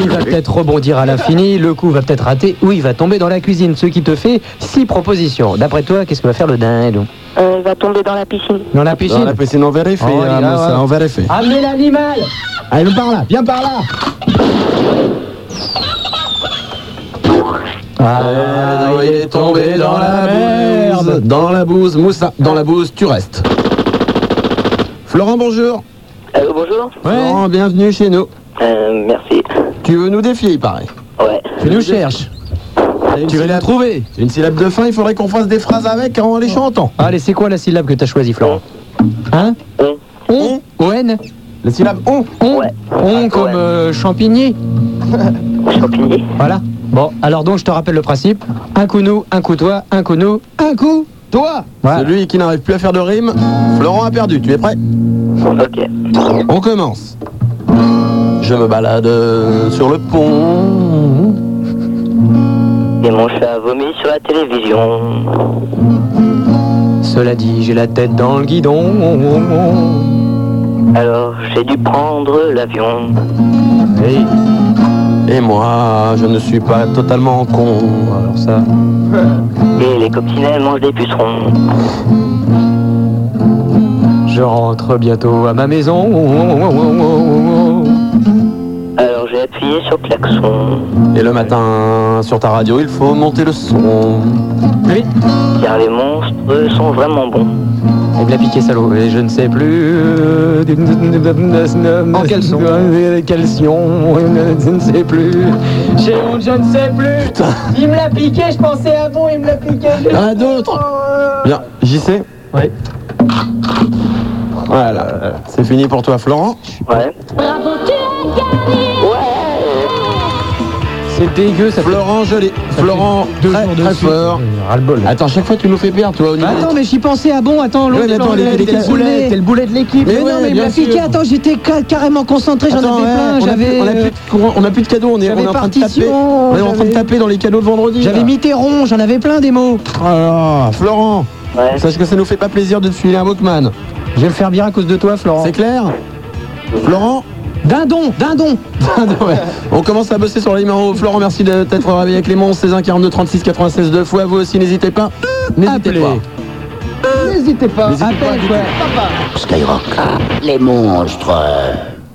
S11: il va peut-être rebondir à l'infini, le coup va peut-être rater, ou il va tomber dans la cuisine, ce qui te fait six propositions. D'après toi, qu'est-ce que va faire le dindon
S20: Euh, elle va tomber dans la piscine.
S11: Dans la
S3: Dans
S11: piscine
S3: la piscine, on vérifie,
S11: Oh, il
S3: hein,
S11: a-
S3: Moussa, on vérifie.
S11: Amenez l'animal
S3: Allez, viens par là, viens par là Ah, non, il est tombé dans la merde Dans la bouse, Moussa, dans la bouse, tu restes. Florent, bonjour
S4: Allô, Euh, bonjour.
S3: Florent, bienvenue chez nous.
S4: Euh, merci.
S3: Tu veux nous défier, il paraît.
S4: Ouais.
S11: Ah, Tu nous cherches Tu vas la trouver
S3: Une syllabe de fin, il faudrait qu'on fasse des phrases avec en les chantant.
S11: Ah, Allez, c'est quoi la syllabe que t'as choisie, Florent
S3: Oh.
S11: Hein
S4: On.
S11: On On
S3: La syllabe on.
S11: On
S4: Ouais.
S3: Ah,
S11: On comme
S4: ouais.
S11: euh, champigny
S4: Champigny.
S11: Voilà. Bon, alors donc je te rappelle le principe. Un coup nous, un coup toi, un coup nous, un coup toi. Voilà.
S3: Celui qui n'arrive plus à faire de rime, Florent a perdu. Tu es prêt
S4: Ok.
S3: On commence. Je me balade sur le pont.
S4: Et mon chat vomit sur la télévision.
S11: Cela dit, j'ai la tête dans le guidon.
S4: Alors j'ai dû prendre l'avion.
S11: Oui,
S3: Et moi, je ne suis pas totalement con.
S11: alors ça.
S4: Et les coccinelles mangent des pucerons.
S11: Je rentre bientôt à ma maison.
S4: Alors j'ai appuyé sur klaxon.
S3: Et le matin, sur ta radio, il faut monter le son.
S11: Oui.
S4: Car les monstres sont vraiment bons.
S11: Il me l'a piqué, salaud. Et je ne sais plus. En
S3: caleçon.
S11: Calcion. Je ne sais plus. J'ai honte, je ne sais plus. Il me l'a piqué, je pensais à vous, il me l'a piqué.
S3: Il y en a d'autres Bien, j'y sais
S11: Ouais.
S3: Voilà, c'est fini pour toi, Florent.
S4: Ouais.
S23: Bravo, tu as gagné
S3: C'est dégueu, ça Florent, je l'ai. Florent, très, très fort. Attends, chaque fois, tu nous fais perdre, toi, au niveau.
S5: Attends, mais j'y pensais, ah bon, attends,
S3: Ouais,
S5: l'autre,
S3: mais attends,
S5: il
S3: les-
S5: avait
S3: les
S5: des
S3: quatre
S5: boulets.
S3: boulets, t'es le boulet de l'équipe.
S5: Mais,
S3: Mais
S5: non,
S3: ouais,
S5: mais il
S3: bien
S5: m'a
S3: sûr.
S5: piqué, attends, j'étais ca- carrément concentré, j'en
S3: Attends,
S5: avais
S3: ouais,
S5: plein,
S3: on a plus-
S5: j'avais.
S3: on a plus de courant, on a plus de cadeaux, on est, on
S5: j'avais
S3: est en train de taper.
S5: partition,
S3: On est en train de
S5: j'avais-
S3: taper dans les cadeaux de vendredi.
S5: J'avais
S3: là.
S5: Mitterrand, j'en avais plein des mots.
S3: Oh là là, Florent, sache que ça nous fait pas plaisir de te filer un Walkman. Je vais le faire bien à cause de toi, Florent. C'est clair Florent Dindon, dindon ouais. On commence à bosser sur les numéros. Florent, merci de t'être réveillé avec Clément, 16 1 42 36 96 deux fois. Vous aussi, n'hésitez pas. N'hésitez pas.
S5: N'hésitez pas, appelle quoi.
S3: Skyrock, les monstres.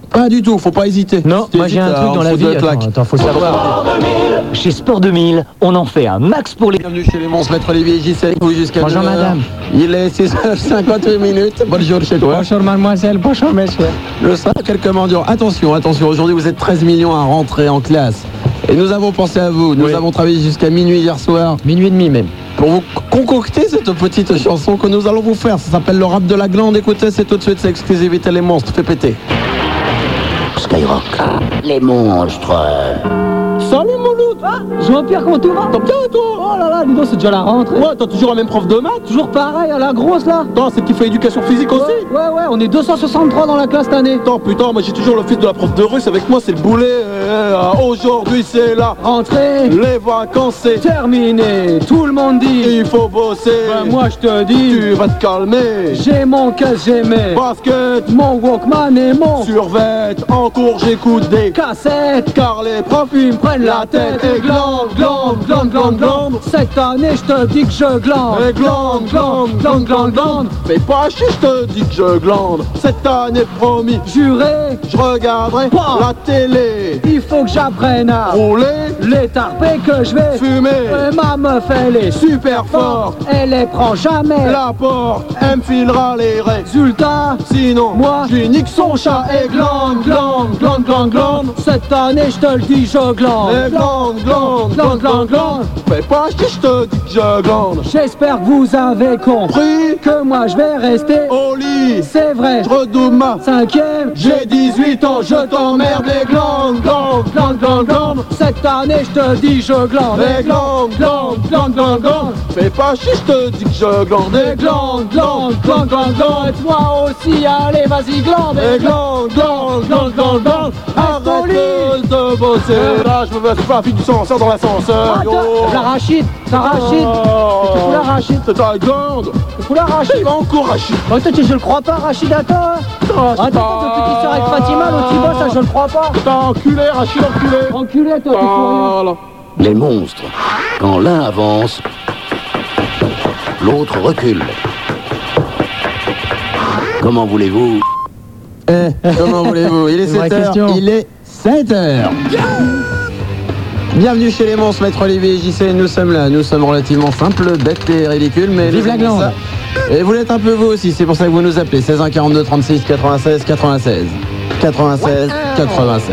S3: Pas du tout, faut pas hésiter. Non,
S7: moi, j'ai un
S3: euh,
S7: truc dans la vie, attends, attends, faut le savoir.
S3: Chez Sport 2000, on en fait un max pour les. Bienvenue chez les monstres, maître Olivier JC avec vous jusqu'à
S7: Bonjour,
S3: 9 heures.
S7: madame.
S3: Il est 6h58 minutes. Bonjour chez toi. Bonjour mademoiselle, bonjour messieurs. Le soir, quelques mendiants. Attention, attention, aujourd'hui vous êtes 13 millions à rentrer en classe. Et nous avons pensé à vous. Nous avons travaillé jusqu'à minuit hier soir. Minuit et demi même. Pour vous concocter cette petite chanson que nous allons vous faire. Ça s'appelle le rap de la glande. Écoutez, c'est tout de suite, c'est exclusivité les monstres. Fait péter.
S10: Skyrock, les monstres.
S7: Salut mon loup Ah, Jean-Pierre, comment tout va T'as bien toi Oh là là, dis donc, c'est déjà la rentrée Ouais, t'as toujours la même prof de maths Toujours pareil, à la grosse là Non, celle qui fait éducation physique aussi Ouais, ouais, on est 263 dans la classe cette année Putain, putain, moi j'ai toujours le fils de la prof de russe avec moi, c'est le boulet euh, Aujourd'hui c'est la rentrée Les vacances c'est terminé Tout le monde dit Il faut bosser moi je te dis Tu vas te calmer J'ai mon casse j'aimais Basket Mon Walkman et mon Survêt En cours j'écoute des cassettes Car les profs ils me prennent la tête Et gland, gland, gland, gland, gland Cette année je te dis que je glande Et gland, gland, gland, gland, glande Mais pas chier je te dis que je glande Cette année promis Juré Je regarderai la télé Il faut que j'apprenne à Rouler Les tarpés que je vais Fumer Et ma meuf elle est super forte Elle les prend jamais La porte Elle me filera les résultats Sinon moi je nique son chat Et glande, glande, glande, glande, glande Cette année je te le dis je glande Et glande, glande, glande, glande, glande Fais pas que je te dis que je glande J'espère que vous avez compris Que moi je vais rester au lit C'est vrai Je redouble ma cinquième J'ai 18 ans je t'emmerde Les glandes, glandes, glandes, glandes, glandes Cette année je te dis je glande Les glandes, glandes, glandes, glandes, glandes Fais pas chier je te dis que je glande Les glandes, glandes, glandes, glandes, glandes Et toi aussi allez vas-y glande Les glandes, glandes, glandes, glandes, glandes Arrête de- de
S5: Euh.
S7: bosser Là je me fais pas du sang, sors dans
S5: Ah,
S7: l'ascenseur yo. Oh.
S5: L'arachide, l'arachide. Tu fous l'arachide.
S7: C'est ta glande.
S5: Tu fous l'arachide.
S7: Il encore Rachid.
S5: Attends, Bah, tu- je le crois pas, Rachid, attends. Attends, attends, ton petit soeur avec Fatima, l'autre il bosse, ça je le crois pas.
S7: T'as enculé, Rachid, enculé.
S5: Enculé, toi, tu fous rien.
S10: Les monstres. Quand l'un avance, l'autre recule. Comment voulez-vous
S3: Eh, comment voulez-vous Il est
S10: Vraie
S3: 7 heures.
S10: question.
S3: Il est 7 heures. Bienvenue chez les monstres, maître Olivier et JC, nous sommes là, nous sommes relativement simples, bêtes et ridicules, mais...
S2: Vive
S3: nous
S2: la
S3: aimons
S2: glande.
S3: ça. Et vous l'êtes un peu vous aussi, c'est pour ça que vous nous appelez, 16 1 42 36 96 96 96 96.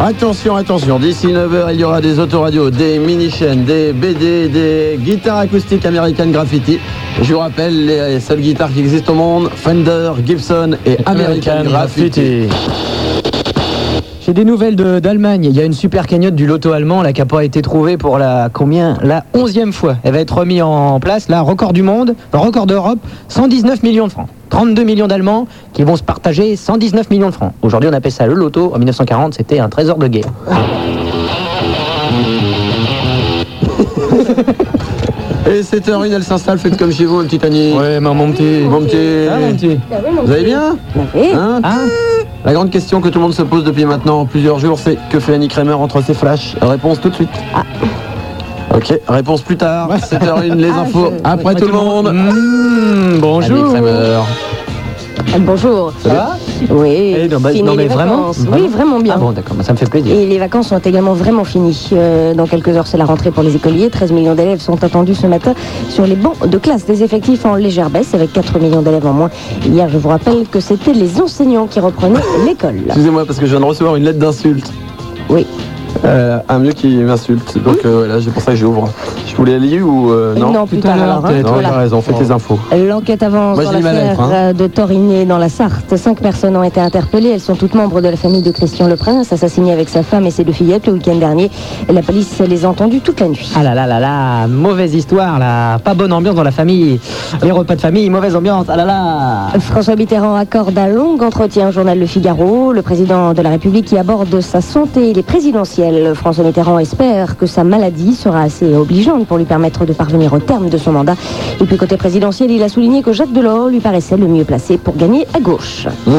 S3: Attention, attention, d'ici 9h, il y aura des autoradios, des mini-chaînes, des BD, des guitares acoustiques américaines graffiti. Je vous rappelle les seules guitares qui existent au monde, Fender, Gibson et American, graffiti.
S2: J'ai des nouvelles de- d'Allemagne. Il y a une super cagnotte du loto allemand là, qui n'a pas été trouvée pour la combien La onzième fois. Elle va être remise en place. Là, record du monde, enfin, record d'Europe, 119 millions de francs. 32 millions d'Allemands qui vont se partager 119 millions de francs. Aujourd'hui, on appelle ça le loto. En 1940, c'était un trésor de guerre.
S3: Et 7h01, elle s'installe, faites comme chez vous, un petit Annie. Ouais, mais mon petit. Mon petit.
S2: Ah, mon petit.
S3: Vous allez bien
S12: Eh,
S3: Hein La grande question que tout le monde se pose depuis maintenant plusieurs jours, c'est que fait Annie Kramer entre ses flashs Réponse tout de suite. Ok, réponse plus tard. 7h01, les
S12: Ah,
S3: infos.
S12: je-
S3: Après tout le monde. bonjour. Annie Kramer.
S12: Euh, Bonjour.
S3: Ça va
S12: Oui.
S2: Eh, non, bah,
S12: fini
S2: non,
S12: les
S2: mais vraiment
S12: vacances. Oui, vraiment bien.
S2: Ah bon, d'accord, bah, ça me fait plaisir.
S12: Et les vacances sont également vraiment finies. Euh, dans quelques heures, c'est la rentrée pour les écoliers. 13 millions d'élèves sont attendus ce matin sur les bancs de classe. Des effectifs en légère baisse avec 4 millions d'élèves en moins. Hier, je vous rappelle que c'était les enseignants qui reprenaient l'école.
S3: Excusez-moi parce que je viens de recevoir une lettre d'insulte.
S12: Oui.
S3: Euh, un mieux qui m'insulte. Donc euh, voilà, c'est pour ça que j'ouvre. Je voulais lire ou euh, non
S12: Non, plus Tout à tard, l'heure, alors, hein.
S3: Non,
S12: Voilà.
S3: t'as raison, fais tes infos.
S12: L'enquête avance
S3: Moi,
S12: dans
S3: je lis ma
S12: l'affaire
S3: lettre, hein.
S12: euh, de Torigné dans la Sarthe. Cinq personnes ont été interpellées. Elles sont toutes membres de la famille de Christian Le Prince, assassiné avec sa femme et ses deux fillettes le week-end dernier. La police les a entendues toute la nuit.
S11: Ah là là là là, mauvaise histoire là, pas bonne ambiance dans la famille. Les repas de famille, mauvaise ambiance, ah là là.
S12: François Mitterrand accorde un long entretien au journal Le Figaro. Le président de la République y aborde sa santé et les présidentielles. François Mitterrand espère que sa maladie sera assez obligeante pour lui permettre de parvenir au terme de son mandat. Et puis côté présidentiel, il a souligné que Jacques Delors lui paraissait le mieux placé pour gagner à gauche. Le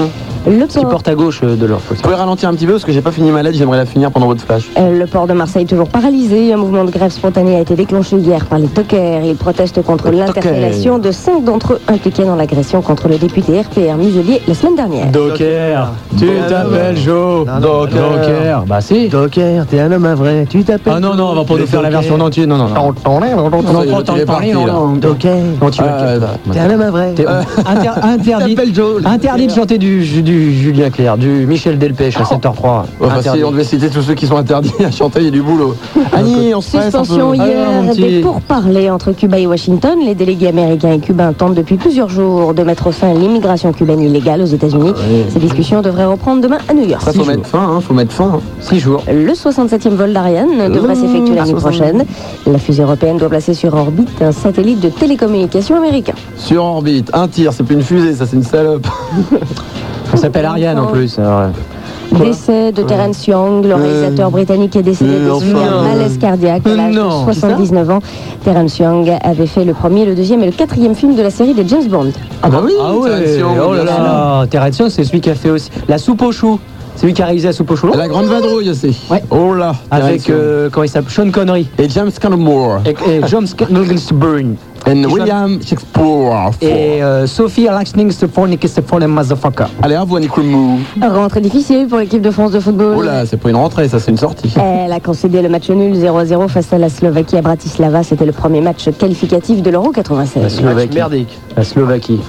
S11: Ce Mmh. qui porte à gauche euh, de l'or.
S3: Vous pouvez ralentir un petit peu parce que j'ai pas fini ma lettre, j'aimerais la finir pendant votre flash.
S12: Euh, Le port de Marseille toujours paralysé. Un mouvement de grève spontanée a été déclenché hier par les dockers. Ils protestent contre l'interpellation de cinq d'entre eux impliqués dans l'agression contre le député RPR Muselier la semaine dernière.
S15: Docker, tu t'appelles Joe. Docker.
S11: Docker,
S15: bah si. Docker, t'es un homme à vrai. Tu t'appelles. Ah non, non, on va
S11: pas nous faire Ah, la version en entier, non, non, non.
S15: Non,
S11: prend tant de parler, non, non.
S15: Docker.
S11: Non, tu vas-
S3: Ah, bah,
S15: T'es un homme à vrai.
S11: T'es- Euh, inter- interdit, interdit de chanter du, ju- du Julien Clerc, du Michel Delpech à 7h03.
S3: Enfin, Oh. bah, si on devait citer tous ceux qui sont interdits à chanter, il y a du boulot.
S11: Ah,
S3: Annie, on se presse un peu.
S12: Suspension
S3: Ah, mon
S12: hier
S3: petit.
S12: des pourparlers entre Cuba et Washington. Les délégués américains et cubains tentent depuis plusieurs jours de mettre fin à l'immigration cubaine illégale aux États-Unis. Ces discussions devraient reprendre demain à New York.
S3: Ça, faut mettre fin, hein, faut mettre fin. 6 jours.
S12: Le 67e vol d'Ariane devrait
S3: Ouh,
S12: s'effectuer l'année
S3: 60.
S12: prochaine. La fusée européenne doit placer sur orbite un satellite de télécommunications américain.
S3: Sur orbite, un tir, c'est plus une fusée, ça c'est une salope.
S11: On s'appelle Ariane en
S3: Oh.
S11: plus. euh.
S12: Décès de Terence Young, le réalisateur britannique est décédé
S11: euh,
S12: de suite à un
S11: enfin,
S12: malaise cardiaque à
S11: euh,
S12: l'âge de
S11: non,
S12: 79 ans. Terence Young avait fait le premier, le deuxième et le quatrième film de la série des James Bond.
S11: Ah bah oui, ah
S3: Terence
S11: ouais.
S3: Young,
S11: oh là
S3: bien sûr.
S11: là, Terence Young, c'est celui qui a fait aussi la soupe aux choux. C'est lui qui a réalisé la soupe aux choux.
S3: La grande vadrouille aussi.
S11: Ouais.
S3: Oh là.
S11: Avec, euh, comment il s'appelle, Sean Connery.
S3: Et James Cannonmore.
S11: Et, et James Cannonmore.
S3: And William Shakespeare.
S11: Et euh, Sophie Lightning Stephonic Stephonic Motherfucker.
S3: Allez, à vous, Annie Crumou.
S12: Rentrée difficile pour l'équipe de France de football.
S3: Oh là, c'est pas une rentrée, ça c'est une sortie.
S11: Eh.
S12: Elle a concédé le match nul 0-0 face à la Slovaquie à Bratislava. C'était le premier match qualificatif de l'Euro
S3: Bah,
S12: 96.
S11: merdique. La Slovaquie.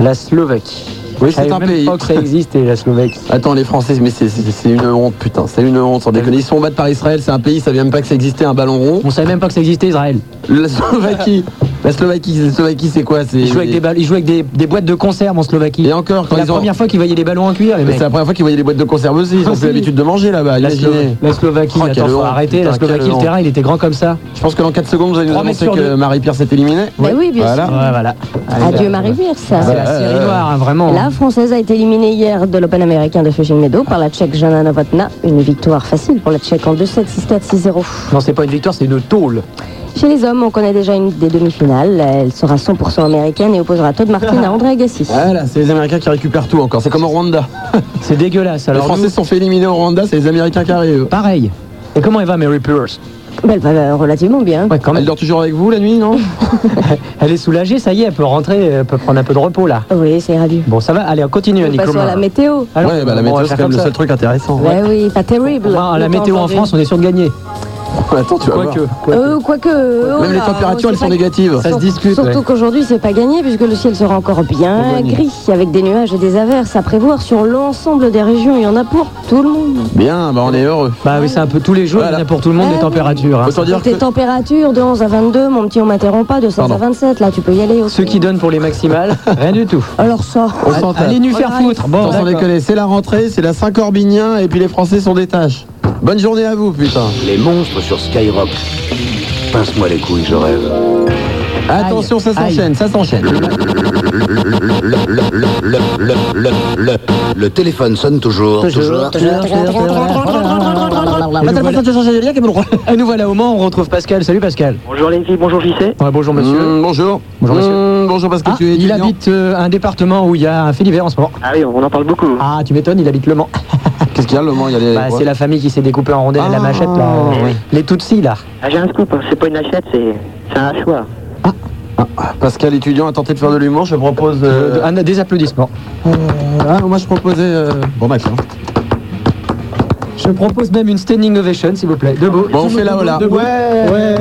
S11: La Slovaquie.
S3: Oui,
S11: Je savais
S3: c'est un
S11: même
S3: pays.
S11: pas que ça existait, la Slovaquie.
S3: Attends, les Français, mais c'est- c'est c'est une honte, putain, c'est une honte, sans déconner. Ils sont battus par Israël, c'est un pays, ça savait même pas que ça existait, un ballon rond.
S11: On savait même pas que ça existait, Israël.
S3: La Slovaquie, la Slovaquie, la Slovaquie, c'est quoi C'est
S11: Ils jouent avec, des, balles- ils jouent avec des, des boîtes de conserve en Slovaquie.
S3: Et encore, quand
S11: C'est la
S3: ils ont-
S11: première fois qu'ils voyaient des ballons en cuir, les
S3: Mais
S11: mecs.
S3: c'est la première fois qu'ils voyaient les boîtes de conserve aussi, ils
S11: Ah,
S3: ont
S11: si.
S3: plus l'habitude de manger là-bas,
S11: La, Slo-
S3: imaginez.
S11: la Slovaquie,
S3: Oh, quelle
S11: attends, faut
S3: honte,
S11: arrêter. La
S3: putain, quelle
S11: Slovaquie, le
S3: honte.
S11: terrain, il était grand comme ça.
S3: Je pense que dans 4 secondes, vous allez nous
S11: Trois mètres
S3: annoncer
S11: sur
S3: que
S11: deux.
S3: Marie-Pierre s'est éliminée.
S12: Bah oui, bien
S3: Voilà.
S12: sûr.
S11: Ouais, voilà. Ah,
S12: Adieu Marie-Pierre, ça.
S11: C'est la
S3: Ah,
S11: série noire, hein, vraiment.
S12: La française a été éliminée hier de l'Open américain de Flushing Meadow par la tchèque Jana Novotná. Une victoire facile pour la tchèque en 2-7, 6-4, 6-0.
S11: Non, c'est pas une victoire, c'est une tôle.
S12: Chez les hommes, on connaît déjà une des demi-finales. Elle sera 100% américaine et opposera Todd Martin à André Agassi.
S3: Voilà, c'est les Américains qui récupèrent tout encore. C'est comme au Rwanda.
S11: C'est dégueulasse.
S3: Les
S11: Alors
S3: Français
S11: nous-
S3: se sont fait éliminer au Rwanda, c'est les Américains qui arrivent.
S11: Pareil. Et comment elle va, Mary Pierce
S12: Bah, Elle va euh, relativement bien.
S11: Ouais, quand même.
S3: Elle dort toujours avec vous la nuit, non
S11: Elle est soulagée, ça y est, elle peut rentrer, elle peut prendre un peu de repos là.
S12: Oui, c'est ravi.
S11: Bon, ça va, allez, on continue, Annie
S12: Passons à la météo.
S3: Ouais, bah la météo, c'est quand même le seul truc intéressant.
S12: Ouais, oui, pas terrible.
S11: à la
S12: Le
S11: météo
S12: temps
S11: en
S12: aujourd'hui.
S11: France, on est sûr de gagner.
S3: Attends, tu vas voir.
S11: Quoique.
S12: Euh, Quoique. euh,
S3: Même les
S12: là,
S3: températures,
S12: c'est
S3: elles sont
S12: pas-
S3: négatives.
S12: Sur- Surtout qu'aujourd'hui, c'est pas gagné puisque le ciel sera encore bien gris avec des nuages et des averses à prévoir sur l'ensemble des régions. Il y en a pour tout le monde.
S3: Bien, bah on est heureux.
S11: Bah oui, c'est un peu tous les jours, il y en a pour tout le
S3: Eh
S11: monde des températures. hein.
S3: Autant dire
S12: Donc, tes
S3: que
S12: températures de 11 à 22, mon petit, on m'interrompt pas, de 16 à
S11: Pardon.
S12: 27, là, tu peux y aller aussi.
S11: Ceux qui donnent pour les maximales, rien du tout.
S12: Alors ça.
S3: on s'en tape.
S11: Allez nous faire
S12: Voilà.
S11: foutre. Bon,
S3: Attends, sans
S11: Oh, d'accord.
S3: déconner, c'est la rentrée, c'est la Saint-Corbinien et puis les Français sont des tâches. Bonne journée à vous, putain.
S10: Les monstres sur Skyrock. Pince-moi les couilles, je rêve.
S3: Attention, ça
S10: Aïe.
S3: s'enchaîne, ça s'enchaîne.
S10: Le téléphone sonne toujours. Toujours.
S11: Et nous voilà- Et nous voilà au Mans, on retrouve Pascal. Salut Pascal.
S24: Bonjour les filles, bonjour JC.
S11: Ouais, bonjour monsieur.
S3: Mmh, bonjour.
S11: Bonjour, monsieur.
S3: Mmh, bonjour parce que
S11: Ah,
S3: tu es
S11: il
S3: étudiant.
S11: habite euh, un département où il y a un fait divers en ce moment.
S24: Ah oui, on en parle beaucoup.
S11: Ah, tu m'étonnes, il habite Le Mans.
S3: Qu'est-ce qu'il y a le moment Il y a les-
S11: Bah,
S3: ouais.
S11: c'est la famille qui s'est découpée en rondelles à
S3: Ah,
S11: la machette là. Les Tutsis là.
S24: Ah, j'ai un scoop, hein. c'est pas une achète, c'est c'est un hachoir.
S3: Pascal étudiant a tenté de faire de l'humour, je propose euh,
S11: Un- des applaudissements.
S3: ah, moi je proposais euh, bon bah tiens.
S11: Je propose même une standing ovation, s'il vous plaît. Debout.
S3: Bon, on fait la hola.
S11: Debout.
S13: Ouais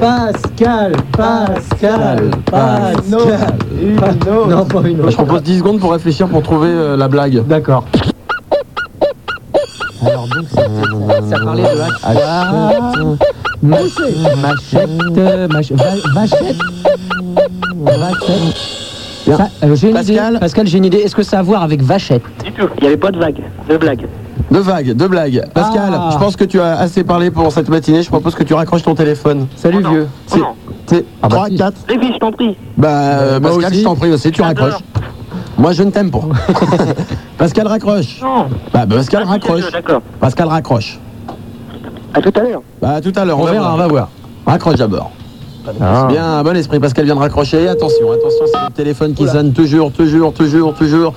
S13: Pascal, Pascal,
S11: Ah,
S3: Ah,
S13: Pascal,
S11: Non, pas une
S3: Bah, je
S11: autre.
S3: propose 10 secondes pour réfléchir pour trouver euh, la blague.
S11: D'accord.
S15: Alors donc, ça parlait de
S11: Machette, machette, machette, vachette, vachette. Ça, euh, j'ai une idée. Pascal, j'ai une idée. Est-ce que ça a à voir avec vachette
S24: Du tout. Il n'y avait pas de vague. De blague.
S3: Deux vagues, deux blagues. Pascal,
S24: Ah.
S3: je pense que tu as assez parlé pour cette matinée. Je propose que tu raccroches ton téléphone. Salut vieux. C'est c'est
S11: Ah, bah,
S3: 3, 4.
S24: Lévi, je t'en prie.
S3: Bah, euh,
S24: moi
S3: Pascal,
S24: aussi.
S3: je t'en prie aussi, tu
S24: J'adore.
S3: raccroches. Moi, je ne t'aime pas. Pascal raccroche.
S24: Non.
S3: Bah, Pascal
S24: Ah,
S3: raccroche.
S24: D'accord.
S3: Pascal raccroche.
S24: À tout à l'heure.
S3: Bah, à tout à l'heure, on, verra, on va voir. Ah. Raccroche d'abord. C'est bien, un bon esprit. Pascal vient de raccrocher. Attention, attention, c'est le téléphone qui sonne toujours, toujours, toujours, toujours.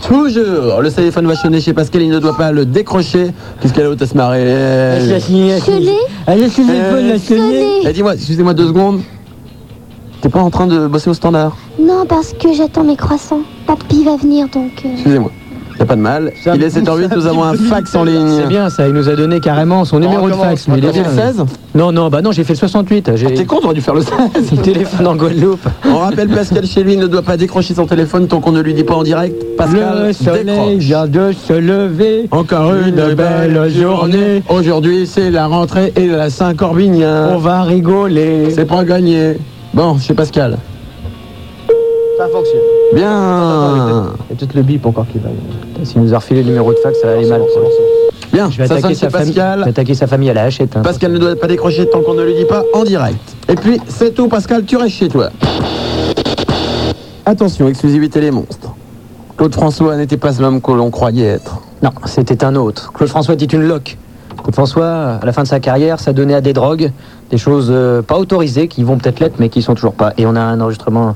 S3: Toujours Le téléphone va sonner chez Pascal, il ne doit pas le décrocher. Qu'est-ce qu'elle a haute à se marrer Euh,
S8: Lâche la chenille, lâche la chenille.
S11: Ah,
S8: Allez, lâche le téléphone, lâche la chenille.
S3: Eh, Dis-moi, excusez-moi deux secondes. T'es pas en train de bosser au standard
S17: Non, parce que j'attends mes croissants. Papy va venir donc. euh,
S3: Excusez-moi. Y a pas de mal. Il est 7h08, nous avons un fax en ligne.
S11: C'est Eh bien ça, il nous a donné carrément son numéro de
S3: recommence,
S11: fax. lui, il est
S3: on recommence.
S11: bien.
S3: Le 16?
S11: Non, non, bah non, j'ai fait le 68. J'ai...
S3: T'es con, t'aurais dû faire le 16
S11: Le téléphone en Guadeloupe.
S3: On rappelle Pascal chez lui, il ne doit pas décrocher son téléphone tant qu'on ne lui dit pas en direct. Pascal,
S11: Le soleil
S3: vient de se lever. Encore une, belle journée. Aujourd'hui, c'est la rentrée et la
S11: Euh.
S3: Saint-Corbinien. On va rigoler. C'est pas gagné. Bon, chez Pascal.
S15: Ça fonctionne.
S3: Bien.
S15: Il y a peut-être le bip encore qui va.
S11: S'il nous a refilé le numéro de fax, ça va aller mal.
S3: Bien,
S11: je vais
S3: ça sonne
S11: attaquer sa
S3: chez
S11: famille.
S3: Pascal.
S11: je vais attaquer sa famille à la hachette. hein.
S3: Pascal ne doit pas décrocher tant qu'on ne lui dit pas en direct. Et puis, c'est tout, Pascal, tu restes chez toi. Attention, exclusivité les monstres. Claude François n'était pas l'homme que l'on croyait être.
S11: Non, c'était un autre. Claude François dit une loque. Claude François, à la fin de sa carrière, ça donnait à des drogues, des choses euh, pas autorisées, qui vont peut-être l'être, mais qui sont toujours pas. Et on a un enregistrement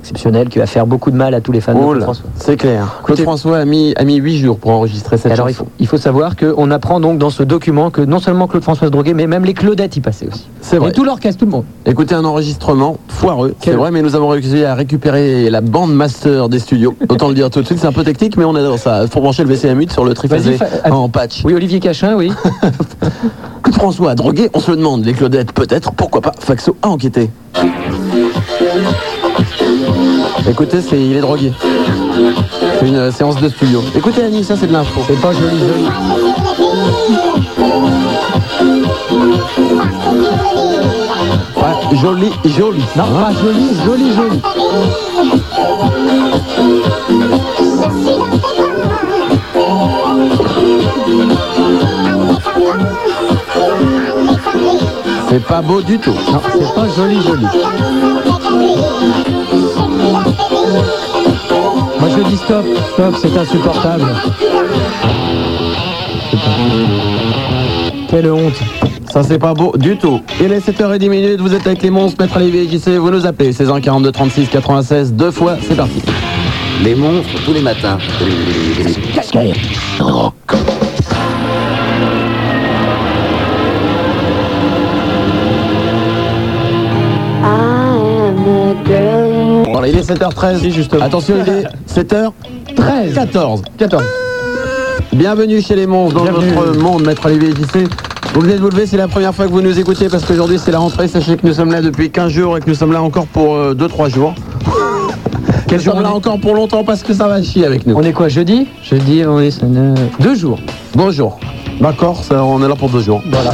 S11: exceptionnel qui va faire beaucoup de mal à tous les fans de
S3: Oh
S11: Claude
S3: là,
S11: François.
S3: C'est clair. Claude
S11: Écoutez-
S3: François a mis, a mis 8 jours pour enregistrer cette
S11: Alors il
S3: chanson.
S11: faut, il faut savoir qu'on apprend donc dans ce document que non seulement Claude François se droguait, mais même les Claudettes y passaient aussi.
S3: C'est vrai.
S11: Et tout l'orchestre, tout le monde.
S3: Écoutez un enregistrement foireux, c'est
S11: Quel-
S3: vrai, mais nous avons réussi à récupérer la bande master des studios. Autant le dire tout de suite, c'est un peu technique, mais on adore ça. Faut brancher le VCM8 sur le triphasé
S11: Vas-y, fa-
S3: en patch.
S11: Oui, Olivier Cachin, oui.
S3: Claude François a drogué, on se le demande. Les Claudettes, peut-être, pourquoi pas. Faxo a enquêté. Écoutez, c'est il est drogué. C'est une euh, séance de studio. Écoutez Annie, ça c'est de l'info. C'est pas joli, joli. Ouais, joli, joli. Non, pas joli, joli, joli. C'est pas beau du tout. Non, c'est pas joli, joli.
S11: Moi je dis stop, stop, c'est insupportable.
S3: Quelle honte Ça c'est pas beau du tout. Il est 7h10 minutes, vous êtes avec les monstres, maître Olivier JC, vous nous appelez 16 1 42 36 96 deux fois, c'est parti.
S10: Les monstres tous les matins. Cascade. Rock.
S3: Voilà, il est 7h13 justement. Attention, il est 7h13 14 14. Bienvenue chez les monstres dans votre monde, maître Olivier JC. Vous venez de vous lever, c'est la première fois que vous nous écoutez parce qu'aujourd'hui c'est la rentrée, sachez que nous sommes là depuis 15 jours et que nous sommes là encore pour 2-3 jours. Quel jour là encore pour longtemps parce que ça va chier avec nous.
S11: On est quoi jeudi Jeudi, on est euh, deux jours.
S3: Bonjour. D'accord, ça, on est là pour deux jours. Voilà.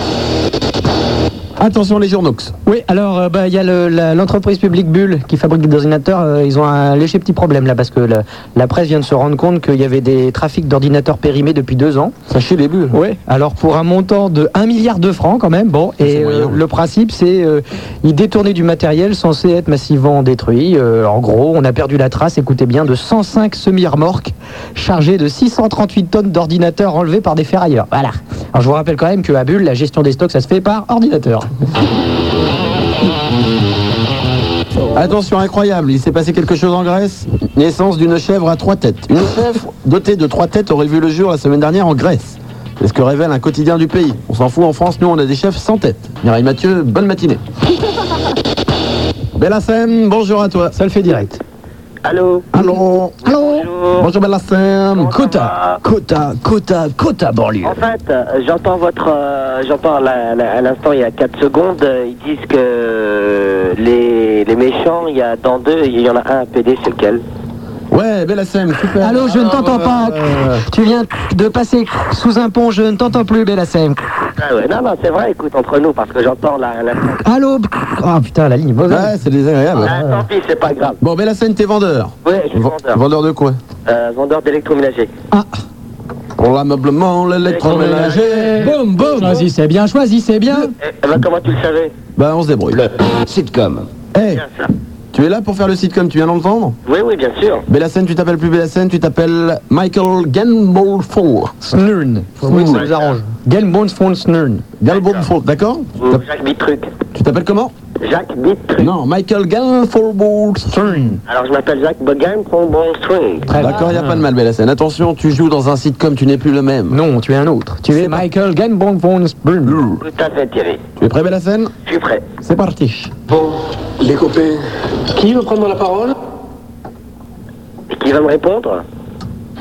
S3: Attention les journaux.
S11: Oui, alors euh, bah, il y a le- la- l'entreprise publique Bulle qui fabrique des ordinateurs. euh, ils ont un léger petit problème là parce que la, la presse vient de se rendre compte qu'il y avait des trafics d'ordinateurs périmés depuis deux ans.
S3: Sachez les bulles.
S11: Oui. Alors pour un montant de 1 milliard de francs quand même. Bon, et euh, le principe c'est euh, ils détournaient du matériel censé être massivement détruit. Euh, en gros, on a perdu la trace. Écoutez bien, de 105 semi-remorques chargées de 638 tonnes d'ordinateurs enlevés par des ferrailleurs. Voilà. Alors je vous rappelle quand même que à Bulle, la gestion des stocks ça se fait par ordinateur.
S3: Oh. Attention, incroyable, il s'est passé quelque chose en Grèce. Naissance d'une chèvre à trois têtes. Une chèvre dotée de trois têtes aurait vu le jour la semaine dernière en Grèce. C'est ce que révèle un quotidien du pays. On s'en fout en France, nous on a des chefs sans tête. Mireille Mathieu, bonne matinée. Bellassem, bonjour à toi.
S11: Ça le fait direct.
S3: Allô Allô Allô Bonjour Bellassem.
S1: Cota, Cota, Cota, Cota banlieue.
S24: En fait, euh, j'entends votre. euh, j'entends la- la- à l'instant, il y a 4 secondes, euh, ils disent que euh, les, les méchants, il y a dans deux, il y en a un à PD, c'est lequel
S3: Ouais, belle SM, super.
S11: Allô, je ne t'entends pas. Tu viens de passer sous un pont, je ne t'entends plus, Bellassem.
S4: Ah ouais, non, non, c'est vrai, écoute, entre nous, parce que j'entends la. la...
S11: Allô Ah putain, la ligne est mauvaise.
S3: Ouais, c'est désagréable.
S4: Ah, tant pis, c'est pas grave.
S3: Bon, belle SM, t'es vendeur.
S4: Ouais, je suis
S3: Ven-
S4: vendeur.
S3: Vendeur de quoi
S4: Euh, vendeur d'électroménager.
S3: Pour l'ameublement, l'électroménager.
S11: Boum, boum Choisissez bien, choisissez bien.
S4: Eh, eh ben, comment tu le savais
S3: Bah, on se débrouille. Le sitcom. Eh, tu es là pour faire le sitcom, tu viens d'entendre
S4: Oui, oui, bien sûr.
S3: Bellassène, tu t'appelles plus Bellassène, tu t'appelles Michael Gamblefour.
S11: Snurn. Faut trouver que ça nous arrange. Gamblefour Snurn.
S3: Gamblefour, d'accord
S4: Ou Jacques Bitruc.
S3: Tu t'appelles comment
S4: Jacques Bitruc.
S3: Non, Michael Gamblefour Stern.
S4: Alors, je m'appelle Jacques Bogan, pour bon swing.
S3: D'accord, il n'y a pas de mal, Bellassène. Attention, tu joues dans un sitcom, tu n'es plus le même.
S11: Non, tu es un autre. Tu es Michael Ganbon von Brun.
S4: Tout à fait, Thierry.
S3: Tu es prêt, Bellassène
S4: Je suis prêt.
S11: C'est parti.
S4: Bon, les copains, qui veut prendre la parole Qui va me répondre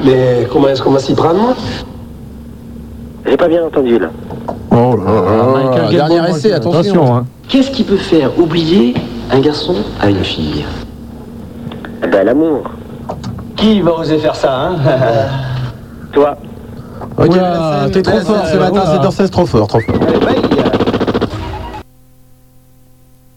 S10: Mais comment est-ce qu'on va s'y prendre
S4: J'ai pas bien entendu, là.
S3: Oh là
S10: Michael Gambon,
S3: dernier essai,
S10: Michael.
S3: attention.
S10: Attention, hein.
S4: Qu'est-ce qui peut faire oublier un garçon à une fille Eh ben, l'amour.
S10: Qui va oser faire ça, hein
S4: Toi.
S3: Ok, Bellassène, t'es trop
S10: Bellassène,
S3: fort ce matin,
S10: oula.
S3: 7h16, trop fort, trop fort.
S10: Allez, bye.